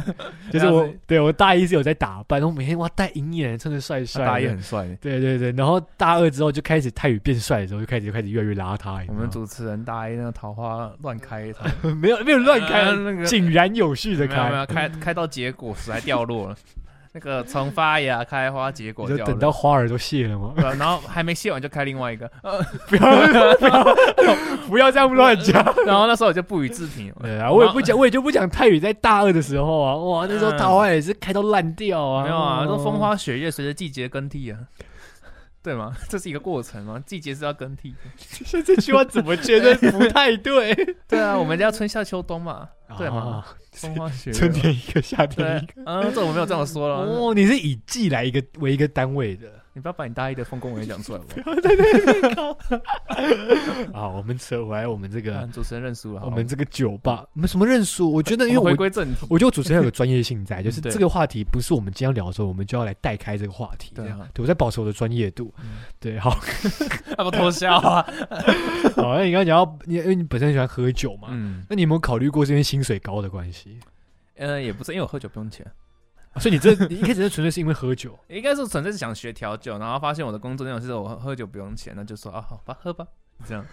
Speaker 2: 就是
Speaker 1: 这
Speaker 2: 我
Speaker 1: 样子
Speaker 2: 对我大一是有在打扮，然后每天哇戴银眼，穿的帅帅的，
Speaker 1: 大一很帅，
Speaker 2: 对对对，然后大二之后就开始泰语变帅的时候，就开始就开始越来越邋遢。你
Speaker 1: 我
Speaker 2: 知道
Speaker 1: 们
Speaker 2: 吗
Speaker 1: 主持人大一那个桃花乱开，他
Speaker 2: 没有没有 乱开，
Speaker 1: 呃那个
Speaker 2: 井然有序的
Speaker 1: 没有
Speaker 2: 开
Speaker 1: 没，有开开到结果实还掉落了， 那个从发芽开花结果
Speaker 2: 你
Speaker 1: 掉了。
Speaker 2: 就等到花儿都谢了吗？
Speaker 1: 对然后还没卸完就开另外一个，呃
Speaker 2: 不要不要不要这样乱讲。
Speaker 1: 然后那时候我就不予置评。
Speaker 2: 对啊，我也不讲，我也就不讲泰语。在大二的时候啊，哇，那时候
Speaker 1: 嗯
Speaker 2: 桃花也是开到烂掉啊，
Speaker 1: 没有啊，都风
Speaker 2: 哦。
Speaker 1: 花雪月随着季节更替啊， 对吗？ 这是一个过程吗？季节是要更替的。
Speaker 2: 这句话怎么觉得不太对？
Speaker 1: 对啊，我们要春夏秋冬嘛。对嘛
Speaker 2: 啊，
Speaker 1: 风花雪月啊
Speaker 2: 春天一个，夏
Speaker 1: 对
Speaker 2: 天一个。，
Speaker 1: 嗯，这我没有这么说了。
Speaker 2: 哦，你是以季来一个为一个单位的。
Speaker 1: 你不要把你大一的丰功伟业讲出来好不好？
Speaker 2: 好，我们扯回来，我们这个
Speaker 1: 嗯主持人认输了，好
Speaker 2: 我
Speaker 1: 吧
Speaker 2: 们这个酒吧，我们什么认输？我觉得，因为
Speaker 1: 我们回
Speaker 2: 我
Speaker 1: 归正题，
Speaker 2: 我觉得主持人有个专业性 在，
Speaker 1: 嗯
Speaker 2: 就是
Speaker 1: 对
Speaker 2: 这个话题不是我们今天要聊的时候，我们就要来带开这个话题。
Speaker 1: 对
Speaker 2: 这
Speaker 1: 啊
Speaker 2: 样，对我在保持我的专业度
Speaker 1: 嗯。
Speaker 2: 对，好，
Speaker 1: 要不偷笑啊？
Speaker 2: 好，那你刚刚讲到，你因为你本身喜欢喝酒嘛，
Speaker 1: 嗯，
Speaker 2: 那你有没有考虑过是因为薪水高的关系？
Speaker 1: 呃，也不是，因为我喝酒不用钱，
Speaker 2: 啊 所以你这你一开始是纯粹是因为喝酒，
Speaker 1: 应该是纯粹是想学调酒，然后发现我的工作内容是我喝喝酒不用钱，那就说啊，好吧，喝吧，这样。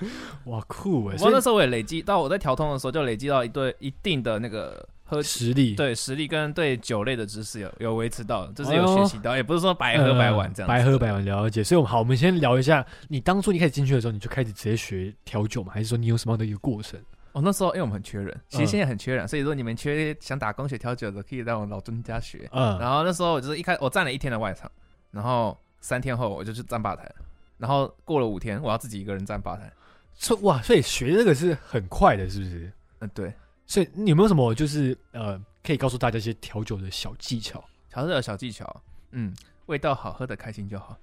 Speaker 2: 哇酷哎！
Speaker 1: 我
Speaker 2: 所以
Speaker 1: 那时候我也累积到我在调通的时候就累积到一对一定的那个喝
Speaker 2: 实力
Speaker 1: 对实力跟对酒类的知识有有维持到，就是
Speaker 2: 哎
Speaker 1: 有
Speaker 2: 呦
Speaker 1: 学习到，也不是说白喝白玩这样子、
Speaker 2: 呃白喝白玩了解。所以我们好，我们先聊一下，你当初你开始进去的时候，你就开始直接学调酒吗？还是说你有什么样的一个过程？
Speaker 1: 哦，那时候因为我们很缺
Speaker 2: 嗯
Speaker 1: 人，其实现在很缺人，所以说你们缺想打工学调酒的，可以到我老尊家学。
Speaker 2: 嗯，
Speaker 1: 然后那时候我就是一开我站了一天的外场，然后三天后我就去站吧台了，然后过了五天我要自己一个人站吧台。
Speaker 2: 所以哇，所以学这个是很快的，是不是？
Speaker 1: 嗯，对，
Speaker 2: 所以你有没有什么就是呃，可以告诉大家一些调酒的小技巧？
Speaker 1: 调酒的小技巧，嗯，味道好喝的开心就好。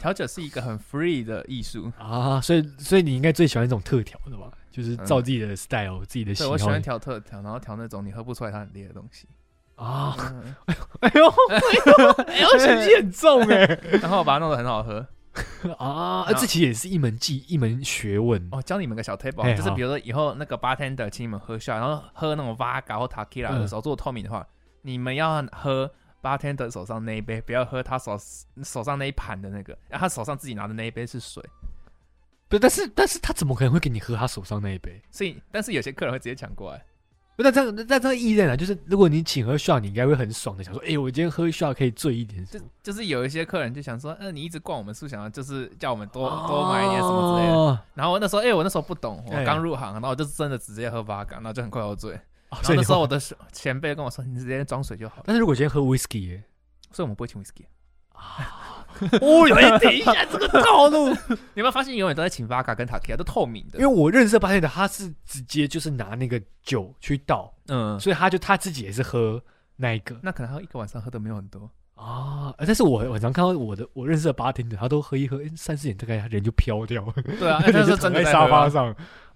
Speaker 1: 调酒是一个很 free 的艺术，
Speaker 2: 啊，所以所以你应该最喜欢这种特调的吧？就是照自己的 style、自己的嗯喜
Speaker 1: 对
Speaker 2: 好
Speaker 1: 我喜欢调特调，然后调那种你喝不出来它很烈的东西。
Speaker 2: 啊！
Speaker 1: 嗯
Speaker 2: 哎 呦，哎呦，情绪很重哎、
Speaker 1: 嗯然后我把它弄得很好喝。
Speaker 2: 啊！这其实也是一门技，一门学问
Speaker 1: 我、哦教你们个小 table，、
Speaker 2: 哦嘿
Speaker 1: 就是
Speaker 2: 好
Speaker 1: 比如说以后那个 bartender 请你们喝 shot，然后喝那种 vodka 或 tequila 的时候，做透明的话，你们要喝 bartender 手上那一杯，不要喝他手手上那一盘的那个，然后他手上自己拿的那一杯是水。
Speaker 2: 不是，但是但是他怎么可能会给你喝他手上那一杯？
Speaker 1: 所以，但是有些客人会直接抢过来，
Speaker 2: 不那这样，那那这样意义在哪？就是如果你请喝 shot，你应该会很爽的，想说，哎、我今天喝 shot 可以醉一点。
Speaker 1: 就就是有一些客人就想说，嗯、你一直灌我们速想要就是叫我们多、多买一点什么之类的。
Speaker 2: 的。
Speaker 1: 然后我那时候，哎、我那时候不懂，
Speaker 2: 哦哎
Speaker 1: 我刚入行，然后我就真的直接喝 vodka，然后就很快喝 醉。
Speaker 2: 哦、
Speaker 1: 然
Speaker 2: 所
Speaker 1: 后
Speaker 2: 以
Speaker 1: 那
Speaker 2: 你
Speaker 1: 时候我的前辈跟我说，你直接装水就好了。
Speaker 2: 但是如果今天喝 whisky，耶、
Speaker 1: 所以我们不会请 whisky。
Speaker 2: 哦，有一点一下这个套路。
Speaker 1: 你有没有发现永远都在请 vodka 跟 t a k i a 都透明
Speaker 2: 因
Speaker 1: 的？
Speaker 2: 为我认识的巴 a 的，他是直接就是拿那个酒去倒，
Speaker 1: 嗯，
Speaker 2: 所以他就他自己也是喝那一个
Speaker 1: 那可能他一个晚上喝的没有很多。
Speaker 2: 啊。呃但是我我常看到我的我认识的巴 a 的，他都喝一喝，诶三四点大概他人就飘掉，
Speaker 1: 对 啊，哎那
Speaker 2: 人
Speaker 1: 是
Speaker 2: 就
Speaker 1: 真
Speaker 2: 躺
Speaker 1: 的
Speaker 2: 在
Speaker 1: 在
Speaker 2: 沙
Speaker 1: 喝啊
Speaker 2: 发。上。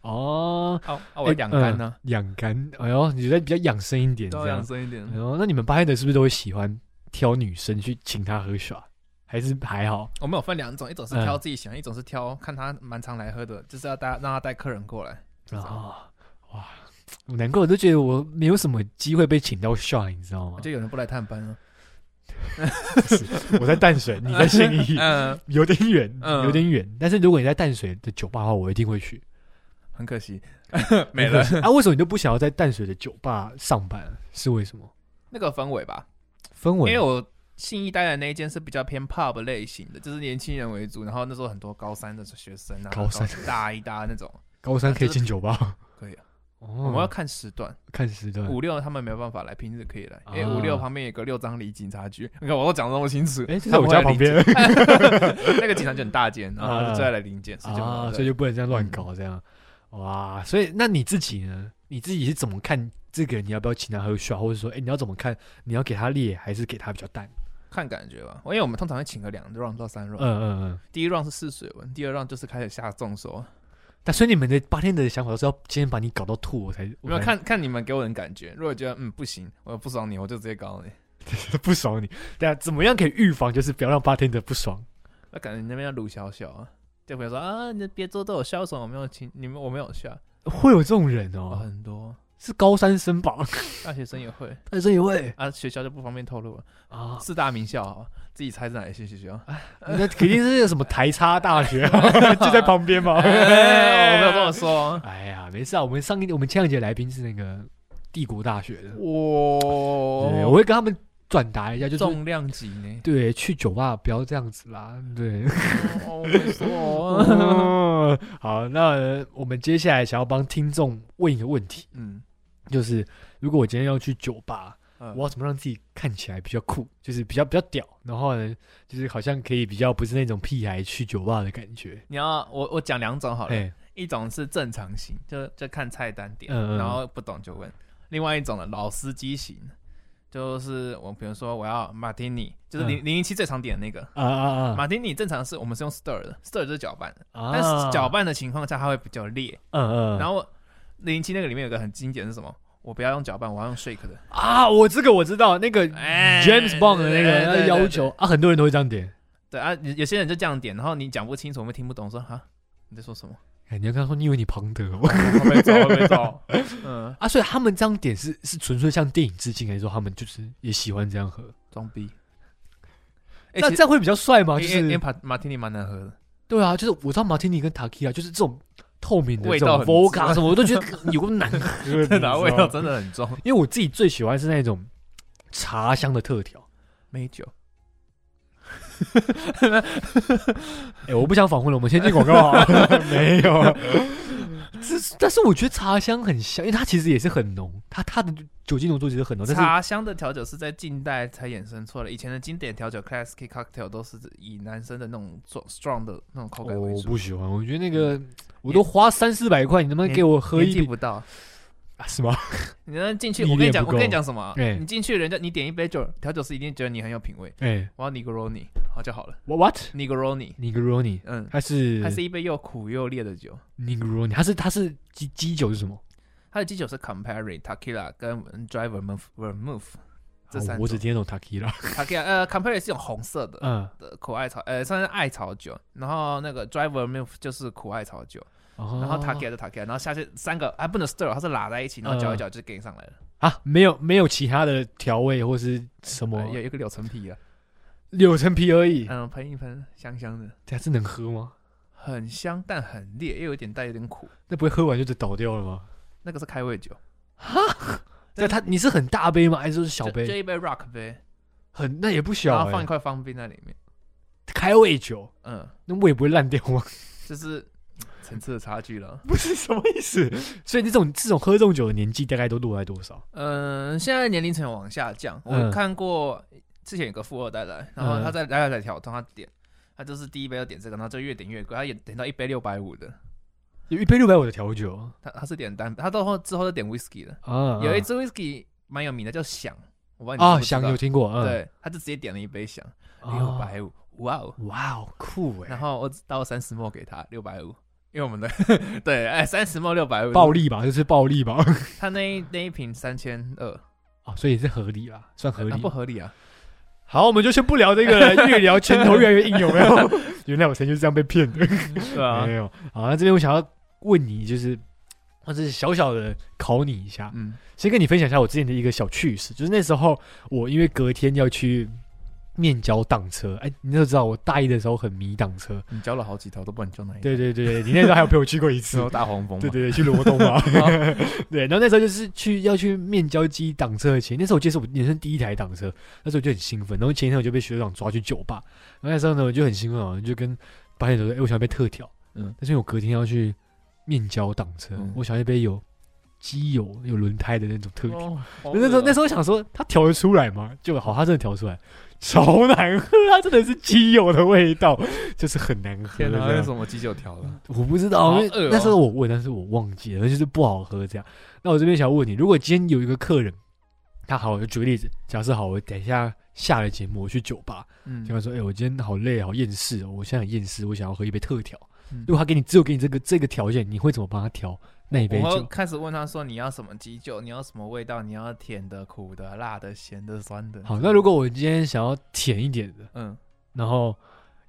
Speaker 2: 哦，
Speaker 1: 哦，啊，啊我两干呢，
Speaker 2: 嗯养肝，哎呦，你觉得比较养生一点
Speaker 1: 都要
Speaker 2: 这样
Speaker 1: 养。生一点
Speaker 2: 哎。呦，那你们巴 a 的是不是都会喜欢挑女生去请她喝耍？还是还好？
Speaker 1: 我们有分两种，一种是挑
Speaker 2: 嗯
Speaker 1: 自己喜欢，一种是挑看他蛮常来喝的，就是要带让他带客人过来。
Speaker 2: 啊、哇，我难怪我都觉得我没有什么机会被请到 shot，你知道吗？
Speaker 1: 啊就有人不来探班了。
Speaker 2: 我在 淡水，你在信义，
Speaker 1: 嗯，
Speaker 2: 有点远，
Speaker 1: 嗯
Speaker 2: 有点远。但是如果你在淡水的酒吧的话，我一定会去。
Speaker 1: 很可惜， 没了
Speaker 2: 可是啊？为什么你都不想要在淡水的酒吧上班？是为什么？
Speaker 1: 那个氛围吧。
Speaker 2: 氛围？
Speaker 1: 因为我信义待的那一间是比较偏 pub 类型的，就是年轻人为主，然后那时候很多高三的学生啊，
Speaker 2: 高三
Speaker 1: 大一大二那种，
Speaker 2: 高三可以进酒吧，
Speaker 1: 可以啊。
Speaker 2: 哦，
Speaker 1: 我们要看时段，
Speaker 2: 看时段。
Speaker 1: 五六他们没有办法来，平日可以来，因为
Speaker 2: 嗯啊
Speaker 1: 五六旁边有个六张里警察局，你看我都讲得那么清楚，
Speaker 2: 哎，这在
Speaker 1: 他
Speaker 2: 我
Speaker 1: 们
Speaker 2: 家
Speaker 1: 会来
Speaker 2: 旁边
Speaker 1: 领 件， 那个警察局很大间，然后
Speaker 2: 啊
Speaker 1: 就再来临检，所以就
Speaker 2: 啊，
Speaker 1: 对
Speaker 2: 所以就不能这样嗯乱搞这样。哇，所以那你自己呢？你自己是怎么看这个人？你要不要请他喝 shot，或者说，哎，你要怎么看？你要给他烈，还是给他比较淡？
Speaker 1: 看感觉吧，因为我们通常会请个两 round 到三
Speaker 2: 嗯
Speaker 1: round，
Speaker 2: 嗯嗯。
Speaker 1: 第一 round 是试水温，第二 round 就是开始下重手，
Speaker 2: 但所以你们的八天的想法都是要今天把你搞到吐，我才我
Speaker 1: 没有
Speaker 2: 才
Speaker 1: 看看你们给我的感觉，如果觉得嗯不行，我不爽你，我就直接搞你，
Speaker 2: 不爽你。对啊，怎么样可以预防？就是不要让 bartender 不爽。
Speaker 1: 那感觉你那边要鲁小小啊，就朋友说啊，你别桌都有笑什么，我没有请你们，我没有笑，
Speaker 2: 会有这种人
Speaker 1: 哦、
Speaker 2: 哦，
Speaker 1: 很多
Speaker 2: 是高三生吧？
Speaker 1: 大学生也会
Speaker 2: 但是也会
Speaker 1: 啊，学校就不方便透露了，
Speaker 2: 啊，
Speaker 1: 四大名校好吧，自己猜是哪一些学校？
Speaker 2: 那肯定是有什么台差大学啊就在旁边嘛。
Speaker 1: 哎我没有这么说。
Speaker 2: 哎呀，没事啊，我们上一我们前两节来宾是那个帝国大学的，对，
Speaker 1: 我
Speaker 2: 我会跟他们转达一下，就是。
Speaker 1: 重量级 呢？
Speaker 2: 对，去酒吧不要这样子啦。对，
Speaker 1: 哦，我没说。
Speaker 2: 哦 好，那呃我们接下来想要帮听众问一个问题，
Speaker 1: 嗯，
Speaker 2: 就是如果我今天要去酒吧，
Speaker 1: 嗯
Speaker 2: 我要怎么让自己看起来比较酷，就是比较比较屌，然后呢，就是好像可以比较不是那种屁孩去酒吧的感觉。
Speaker 1: 你要我我讲两种好了，
Speaker 2: 哎，
Speaker 1: 一种是正常型，就就看菜单点，
Speaker 2: 嗯嗯
Speaker 1: 然后不懂就问；另外一种呢，老司机型，就是我比如说我要马提尼，就是
Speaker 2: 嗯
Speaker 1: 零零零七最常点的那个。
Speaker 2: 啊啊
Speaker 1: 马提尼正常是我们是用 stir 的，stir 就是搅拌的，
Speaker 2: 啊！
Speaker 1: 但是搅拌的情况下它会比较烈。
Speaker 2: 嗯嗯，
Speaker 1: 然后零七那个里面有个很经典是什么？我不要用搅拌，我要用 shake 的。
Speaker 2: 啊，我这个我知道，那个
Speaker 1: 哎
Speaker 2: James Bond 的那
Speaker 1: 对对
Speaker 2: 个
Speaker 1: 对
Speaker 2: 那
Speaker 1: 对
Speaker 2: 要求啊，很多人都会这样点。
Speaker 1: 对啊，有有些人就这样点，然后你讲不清楚，我们听不懂，说哈你在说 什么？
Speaker 2: 哎，你要跟他说，你以为你庞德哦
Speaker 1: 我没走，我没走。 嗯，
Speaker 2: 啊？所以他们这样点是是纯粹向电影致敬，还是说他们就是也喜欢这样喝？
Speaker 1: 装 逼。哎
Speaker 2: 那这样会比较帅哦吗？就
Speaker 1: 因为因为
Speaker 2: 是
Speaker 1: 马马天尼蛮难喝 的，
Speaker 2: 对啊，就是我知道马天尼跟塔 a 啊，就是这种透明的
Speaker 1: 味
Speaker 2: 这
Speaker 1: 道很
Speaker 2: 种 vodka 什么，我都觉 得有个难喝，你知
Speaker 1: 然
Speaker 2: 道
Speaker 1: 后
Speaker 2: 吗
Speaker 1: 味道真的很重。
Speaker 2: 因为我自己最喜欢是那种茶香的特调。
Speaker 1: 美 酒，
Speaker 2: 哎、我不想访问了，我们先进广告啊。 没有，只 是但是我觉得茶香很香，因为它其实也是很浓，它它的酒精浓度其实很浓，但是
Speaker 1: 茶香的调酒是在近代才衍生出来的，以前的经典调酒 （classic cocktail） 都是以男生的那种 strong 的那种口感为
Speaker 2: 我
Speaker 1: 主
Speaker 2: 不。喜欢，我觉得那个我都花三四百块，你能不能给我喝
Speaker 1: 嗯年
Speaker 2: 一
Speaker 1: 纪
Speaker 2: 瓶
Speaker 1: 不到，
Speaker 2: 啊？是 吗？
Speaker 1: 你能进去？
Speaker 2: 历
Speaker 1: 我跟你
Speaker 2: 练
Speaker 1: 讲，
Speaker 2: 不
Speaker 1: 我跟你
Speaker 2: 够
Speaker 1: 讲什么啊？
Speaker 2: 哎
Speaker 1: 你进去，人家你点一杯酒，调酒师一定觉得你很有品味。
Speaker 2: 哎、
Speaker 1: 我要 Negroni，好就好了
Speaker 2: w h a t
Speaker 1: ，Negroni，
Speaker 2: n i g r o n i
Speaker 1: 嗯，
Speaker 2: 它是
Speaker 1: 它是一杯又苦又烈的酒。
Speaker 2: n i g r o n i 它是它是基基酒是什么？
Speaker 1: 它的基酒是 Campari、Tequila 跟 Dry Vermouth Vermouth 这
Speaker 2: 啊
Speaker 1: 三
Speaker 2: 我
Speaker 1: 种
Speaker 2: 只。听得 懂 Takira。
Speaker 1: Tequila 呃 Campari 是一种红色的
Speaker 2: 嗯，
Speaker 1: 的苦艾草，呃算是艾草酒，然后那个 Dry Vermouth 就是苦艾草酒，
Speaker 2: 然
Speaker 1: 然后 Tequila 就 Tequila，然后下去三个啊还不能 stir，它是拉在一起，然后搅一搅就给你上来了。
Speaker 2: 啊，没有没有其他的调味或是什么
Speaker 1: 呃有有一个柳橙皮啊，
Speaker 2: 柳橙皮而已，
Speaker 1: 嗯，喷一喷，香香的，
Speaker 2: 它是能喝吗？
Speaker 1: 很香但很烈，又有点带有点苦，
Speaker 2: 那不会喝完就倒掉了吗？
Speaker 1: 那个是开胃酒，
Speaker 2: 那它你是很大杯吗？还是说是小
Speaker 1: 就就
Speaker 2: 杯？
Speaker 1: 一杯 Rock 杯，
Speaker 2: 很那也不小、
Speaker 1: 然后放一
Speaker 2: 欸。
Speaker 1: 块方冰在里面，
Speaker 2: 开胃酒，
Speaker 1: 嗯，
Speaker 2: 那胃不会烂掉啊 吗？
Speaker 1: 就是层次的差距了。
Speaker 2: 不是什么意思？ 所以这种这种喝这种酒的年纪大概都落在多少？
Speaker 1: 嗯，现在年龄层往下降。
Speaker 2: 嗯
Speaker 1: 我看过之前有个富二代来，然后他在来来来挑，通他点，他就是第一杯要点这个，然后就越点越贵，他也点到一杯六百五的，
Speaker 2: 有一杯六百五的调酒啊
Speaker 1: 他他是点单，他到后之后就点 whisky 了。
Speaker 2: 啊
Speaker 1: 有一支 whisky 蛮有名的叫响，我不知道你
Speaker 2: 啊，
Speaker 1: 知不知道
Speaker 2: 想有听过？嗯，
Speaker 1: 对，他就直接点了一杯响，
Speaker 2: 啊，
Speaker 1: 六百五，哇哦！
Speaker 2: 哇哦，酷哎、
Speaker 1: 然后我只倒三十沫给他，六百五。因为我们的 对，哎，三十沫六百五，
Speaker 2: 暴利吧，就是暴利吧，
Speaker 1: 他那一那一瓶三千二，
Speaker 2: 啊，所以是合理啦，算合理。
Speaker 1: 啊不合 理啊？
Speaker 2: 好，我们就先不聊这个了，越聊拳头越来越硬，有没 有？原来我曾经是这样被骗的，
Speaker 1: 对啊
Speaker 2: 没，有。好，那这边我想要问你，就是或者是小小的考你一下，
Speaker 1: 嗯，
Speaker 2: 先跟你分享一下我之前的一个小趣事，就是那时候我因为隔天要去面交荡车，哎，你都知道我大一的时候很迷荡车，
Speaker 1: 你教了好几条都不能教哪一条？
Speaker 2: 对对对对，你那时候还有陪我去过一
Speaker 1: 只
Speaker 2: 次
Speaker 1: 有，大黄蜂嘛。
Speaker 2: 对对对，去罗东 嘛，
Speaker 1: 哦
Speaker 2: 对，然后那时候就是去要去面交机挡车前，那时候我记得是我人生第一台挡车，那时候我就很兴奋，然后前一天我就被学长抓去酒吧，然后那时候呢我就很兴奋啊，就跟八点说，哎、我想要杯特调，嗯
Speaker 1: 嗯，
Speaker 2: 但是因为我隔天要去面交挡车，
Speaker 1: 嗯
Speaker 2: 我想要一杯有机油有轮胎的那种特调。
Speaker 1: 哦，
Speaker 2: 那时候那时候我想说，他调得出来吗？就好，他真的调出来，超难喝，它真的是机油的味道， 就是很难喝。
Speaker 1: 天哪，
Speaker 2: 这
Speaker 1: 为
Speaker 2: 样
Speaker 1: 什么鸡酒调了？
Speaker 2: 我不知道，
Speaker 1: 好
Speaker 2: 因
Speaker 1: 饿
Speaker 2: 为
Speaker 1: 哦
Speaker 2: 那时候我问，但是我忘记了，就是不好喝这样。那我这边想问你，如果今天有一个客人，他好，我就举个例子，假设好，我等一下下了节目，我去酒吧，
Speaker 1: 嗯
Speaker 2: 跟他说，哎、我今天好累，好厌世哦，我现在很厌世，我想要喝一杯特调。
Speaker 1: 嗯
Speaker 2: 如果他给你只有给你这个这个条件，你会怎么帮他调那一杯
Speaker 1: 我会
Speaker 2: 酒？
Speaker 1: 开始问他说你要什么鸡酒，你要什么味道，你要甜的、苦的、辣的、咸的、酸的。
Speaker 2: 好，那如果我今天想要甜一点的，
Speaker 1: 嗯，
Speaker 2: 然后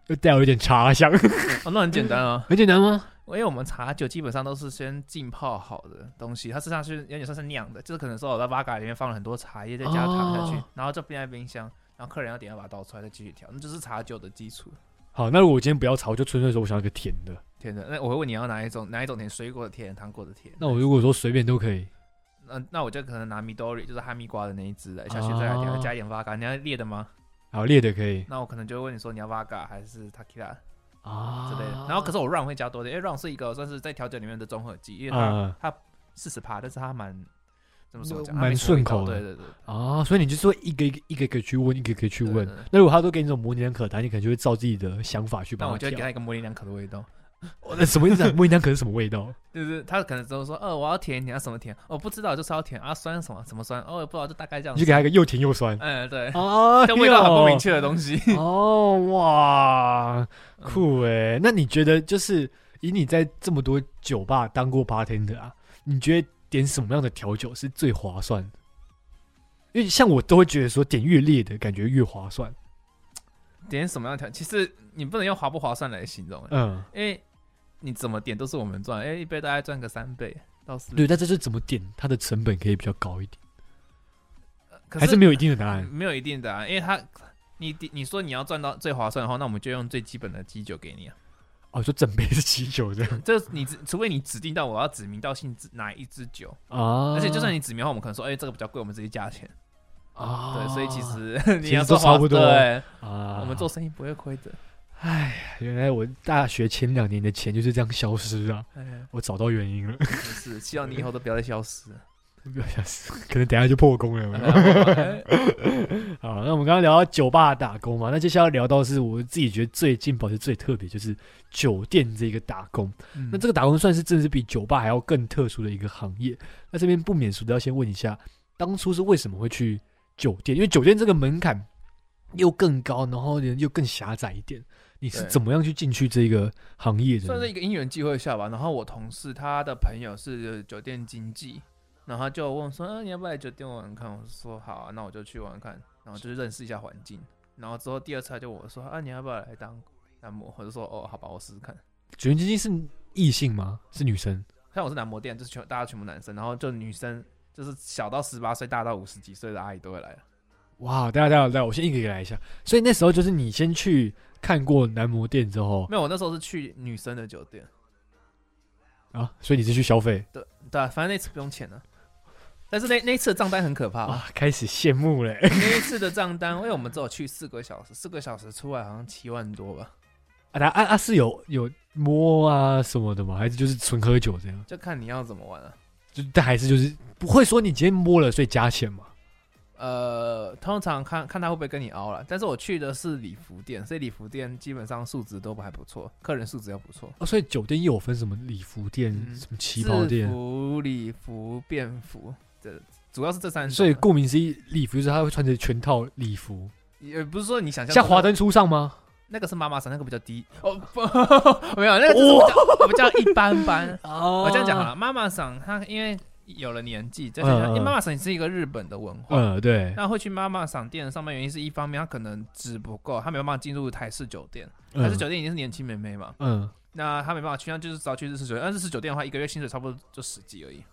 Speaker 2: 又带有一点茶香，
Speaker 1: 哦，那很简单啊，
Speaker 2: 很简单吗？
Speaker 1: 因为我们茶酒基本上都是先浸泡好的东西，它实际上是有点像是酿的，就是可能说我在 v 嘎里面放了很多茶叶，再加糖下去，
Speaker 2: 哦
Speaker 1: 然后就冰在冰箱，然后客人要点要把它倒出来再继续调，那就是茶酒的基础。
Speaker 2: 好，那如果我今天不要茶，我就纯粹说我想要一个甜的。
Speaker 1: 甜的，那我会问你要哪一种，哪一种甜，水果的甜，糖果的甜。
Speaker 2: 那我如果说随便都可以，
Speaker 1: 嗯，那我就可能拿米多瑞，就是哈密瓜的那一只来下去，再来
Speaker 2: 啊
Speaker 1: 点加一点 v 嘎，你要烈的吗？
Speaker 2: 好烈的可以
Speaker 1: 那我可能就会问你说你要 v 嘎还是 Takila
Speaker 2: 啊
Speaker 1: 之类的。然后可是我 Rum 会加多一点，因为 Rum 是一个算是在调酒里面的综合剂，因为它
Speaker 2: 啊
Speaker 1: 它四十趴，但是它蛮怎么说讲，
Speaker 2: 蛮
Speaker 1: 它没什么味道
Speaker 2: 顺口的
Speaker 1: 对对对，
Speaker 2: 啊，所以你就是会一个一个一个一个去问，一个一个去
Speaker 1: 对
Speaker 2: 问
Speaker 1: 对对。
Speaker 2: 那如果他都给你这种模棱两可答，你可能就会照自己的想法去
Speaker 1: 那
Speaker 2: 帮
Speaker 1: 我
Speaker 2: 他
Speaker 1: 就会给
Speaker 2: 调
Speaker 1: 它一个模棱两可的味道。
Speaker 2: 呃什么意思、啊？模拟汤可是什么 味道？
Speaker 1: 就是他可能只会说，呃，我要甜一点，要什么甜？我、不知道，就是要甜啊，酸什么什么酸，哦，我也不知道，就大概这样
Speaker 2: 你
Speaker 1: 子
Speaker 2: 就。给他一个又甜又酸。
Speaker 1: 嗯，对，
Speaker 2: 哦
Speaker 1: 这味道很不明确的东西。
Speaker 2: 哦，哇，酷哎！那你觉得，就是以你在这么多酒吧当过 bartender 啊，你觉得点什么样的调酒是最划算的？因为像我都会觉得说，点越烈的感觉越划算。
Speaker 1: 点什么样的调？其实你不能用划不划算来形容，啊
Speaker 2: 嗯，
Speaker 1: 因为哎你怎么点都是我们赚，因哎为一杯大概赚个三倍到四倍。
Speaker 2: 对，但这就是怎么点，它的成本可以比较高一点，
Speaker 1: 呃可
Speaker 2: 还是没有一定的答案。
Speaker 1: 没有一定的啊，因为他你你说你要赚到最划算的话，那我们就用最基本的基酒给你啊。
Speaker 2: 哦，就整杯是啤酒这样
Speaker 1: 这你指除非你指定到我要指名道姓指哪一支酒，
Speaker 2: 啊
Speaker 1: 而且就算你指名的话，我们可能说，哎、这个比较贵，我们直接加钱。
Speaker 2: 啊，
Speaker 1: 对，所以其实你
Speaker 2: 其
Speaker 1: 要
Speaker 2: 实都
Speaker 1: 说划
Speaker 2: 差不多
Speaker 1: 对，
Speaker 2: 啊，
Speaker 1: 我们做生意不会亏的。
Speaker 2: 原来我大学前两年的钱就是这样消失啊，
Speaker 1: 哎，
Speaker 2: 我找到原因了。
Speaker 1: 真是，希望你以后都不要再消失。
Speaker 2: 不要想死，可能等一下就破功了有没有。
Speaker 1: 哎
Speaker 2: 好，那我们刚刚聊到酒吧打工嘛，那接下来聊到是我自己觉得最劲爆、是最特别，就是酒店这个打工。
Speaker 1: 嗯
Speaker 2: 那这个打工算是真的是比酒吧还要更特殊的一个行业。那这边不免俗的要先问一下，当初是为什么会去酒店？因为酒店这个门槛又更高，然后又更狭窄一点。你是
Speaker 1: 对
Speaker 2: 怎么样去进去这个行业的
Speaker 1: 算
Speaker 2: 呢
Speaker 1: 是？一个因缘际会下吧。然后我同事他的朋友是酒店经济，然后他就问我说：“嗯、你要不要来酒店玩玩看？”我说：“好啊，那我就去玩玩看。”然后就是认识一下环境。然后之后第二次他就问我说：“啊，你要不要来当男模？”我就说：“哦，好吧，我试试看。
Speaker 2: 酒店经济是异性吗？是女生？”
Speaker 1: 像我是男模店，就是全大家全部男生，然后就女生就是小到十八岁，大到五十几岁的阿姨都会来。
Speaker 2: 哇，大家大家来，我先一个一个来一下。所以那时候就是你先去看过男模店之后
Speaker 1: 没有，我那时候是去女生的酒店，
Speaker 2: 啊，所以你是去消费
Speaker 1: 对对啊，反正那次不用钱了、但是那那一次的账单很可怕、
Speaker 2: 啊，开始羡慕嘞。
Speaker 1: 那一次的账单，因为我们只有去四个小时，四个小时出来好像七万多吧，
Speaker 2: 啊，他啊啊是有有摸啊什么的吗？还是就是纯喝酒这样？
Speaker 1: 就看你要怎么玩啊了、
Speaker 2: 就但还是就是不会说你今天摸了所以加钱嘛？
Speaker 1: 呃，通常看看他会不会跟你凹了，但是我去的是礼服店，所以礼服店基本上素质都还不错，客人素质又不错。
Speaker 2: 哦，所以酒店又有分什么礼服店、
Speaker 1: 嗯
Speaker 2: 什么旗袍店
Speaker 1: 制，服、礼服、便服，这主要是这三种啊。
Speaker 2: 所以顾名思义，礼服就是他会穿着全套礼服，
Speaker 1: 也不是说你想象
Speaker 2: 像
Speaker 1: 中的
Speaker 2: 华灯初上吗？
Speaker 1: 那个是妈妈桑，那个比较低哦，不 没有那个就是比较比较一般 般。
Speaker 2: 哦
Speaker 1: 我这样讲好，啊了，妈妈桑她因为有了年纪，再加
Speaker 2: 嗯
Speaker 1: 上
Speaker 2: 嗯
Speaker 1: 因为妈妈桑是一个日本的文化，
Speaker 2: 嗯，对，
Speaker 1: 那会去妈妈赏店上班，原因是一方面，他可能值不够，他没有办法进入台式酒店，台式
Speaker 2: 嗯
Speaker 1: 酒店已经是年轻妹妹嘛，
Speaker 2: 嗯，
Speaker 1: 那他没办法去，那就是只好去日式酒店。但日式酒店的话，一个月薪水差不多就十几而已。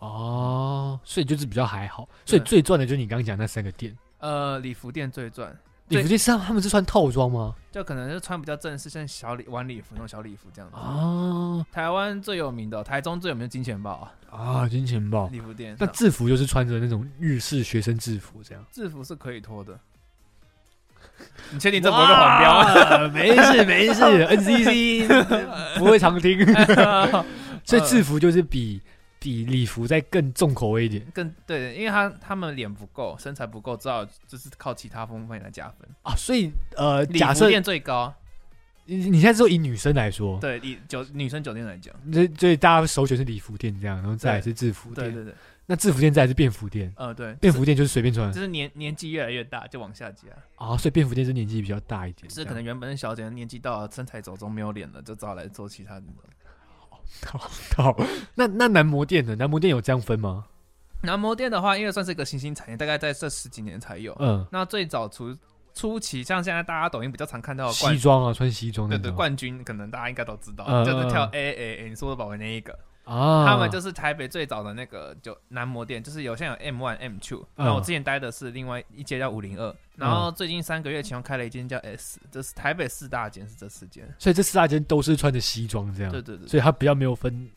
Speaker 2: 哦，所以就是比较还好，所以
Speaker 1: 对
Speaker 2: 最赚的就是你刚刚讲那三个店。
Speaker 1: 呃，礼服店最赚，对
Speaker 2: 礼服店是他们他们是穿套装吗？
Speaker 1: 就可能是穿比较正式，像小礼晚礼服那种小礼服这样子。
Speaker 2: 啊
Speaker 1: 台湾最有名的，台中最有名的金钱豹啊，
Speaker 2: 啊，金钱豹。
Speaker 1: 礼服店。
Speaker 2: 那制服就是穿着那种日式学生制服 这样。
Speaker 1: 制服是可以脱的，你确定这不会被黄标啊？
Speaker 2: 啊？没 事没事，NCC 不会常听。 所以制服就是比比礼服再更重口味一点
Speaker 1: 更对，因为他他们脸不够，身材不够，只好就是靠其他方面来加分。
Speaker 2: 啊。所以呃，
Speaker 1: 礼
Speaker 2: 假
Speaker 1: 服
Speaker 2: 设哦
Speaker 1: 店最高，
Speaker 2: 你你现在说以女生来说，
Speaker 1: 对，礼酒女生酒店来讲，
Speaker 2: 所以所以大家首选是礼服店这样，然后再来是制服
Speaker 1: 对
Speaker 2: 店，
Speaker 1: 对对，
Speaker 2: 那制服店再来是便服店。
Speaker 1: 呃对，
Speaker 2: 便服店就是随便穿
Speaker 1: 就是年年纪越来越大就往下加，
Speaker 2: 啊，所以便服店是年纪比较大一点，
Speaker 1: 就是可能原本是小姐年纪到了身材走中没有脸了，就只好来做其他的。
Speaker 2: 嗯好。那那男模店呢？男模店有这样分吗？
Speaker 1: 男模店的话，因为算是一个新兴产业，大概在这十几年才有。
Speaker 2: 嗯，
Speaker 1: 那最早初初期，像现在大家抖音比较常看到的冠
Speaker 2: 西，装啊，穿西装那
Speaker 1: 哦对
Speaker 2: 种。
Speaker 1: 对，冠军可能大家应该都知道，
Speaker 2: 嗯
Speaker 1: 就是跳
Speaker 2: 嗯
Speaker 1: A A A，你说的宝贝那一个。
Speaker 2: 啊，
Speaker 1: 他们就是台北最早的那个就男模店，就是有像有 M One、M Two，
Speaker 2: 嗯
Speaker 1: 那我之前待的是另外一间叫五零二，然后最近三个月前又开了一间叫 S，这是台北四大间是这四间，
Speaker 2: 所以这四大间都是穿着西装这样，
Speaker 1: 对对对，
Speaker 2: 嗯所以他比较没有分，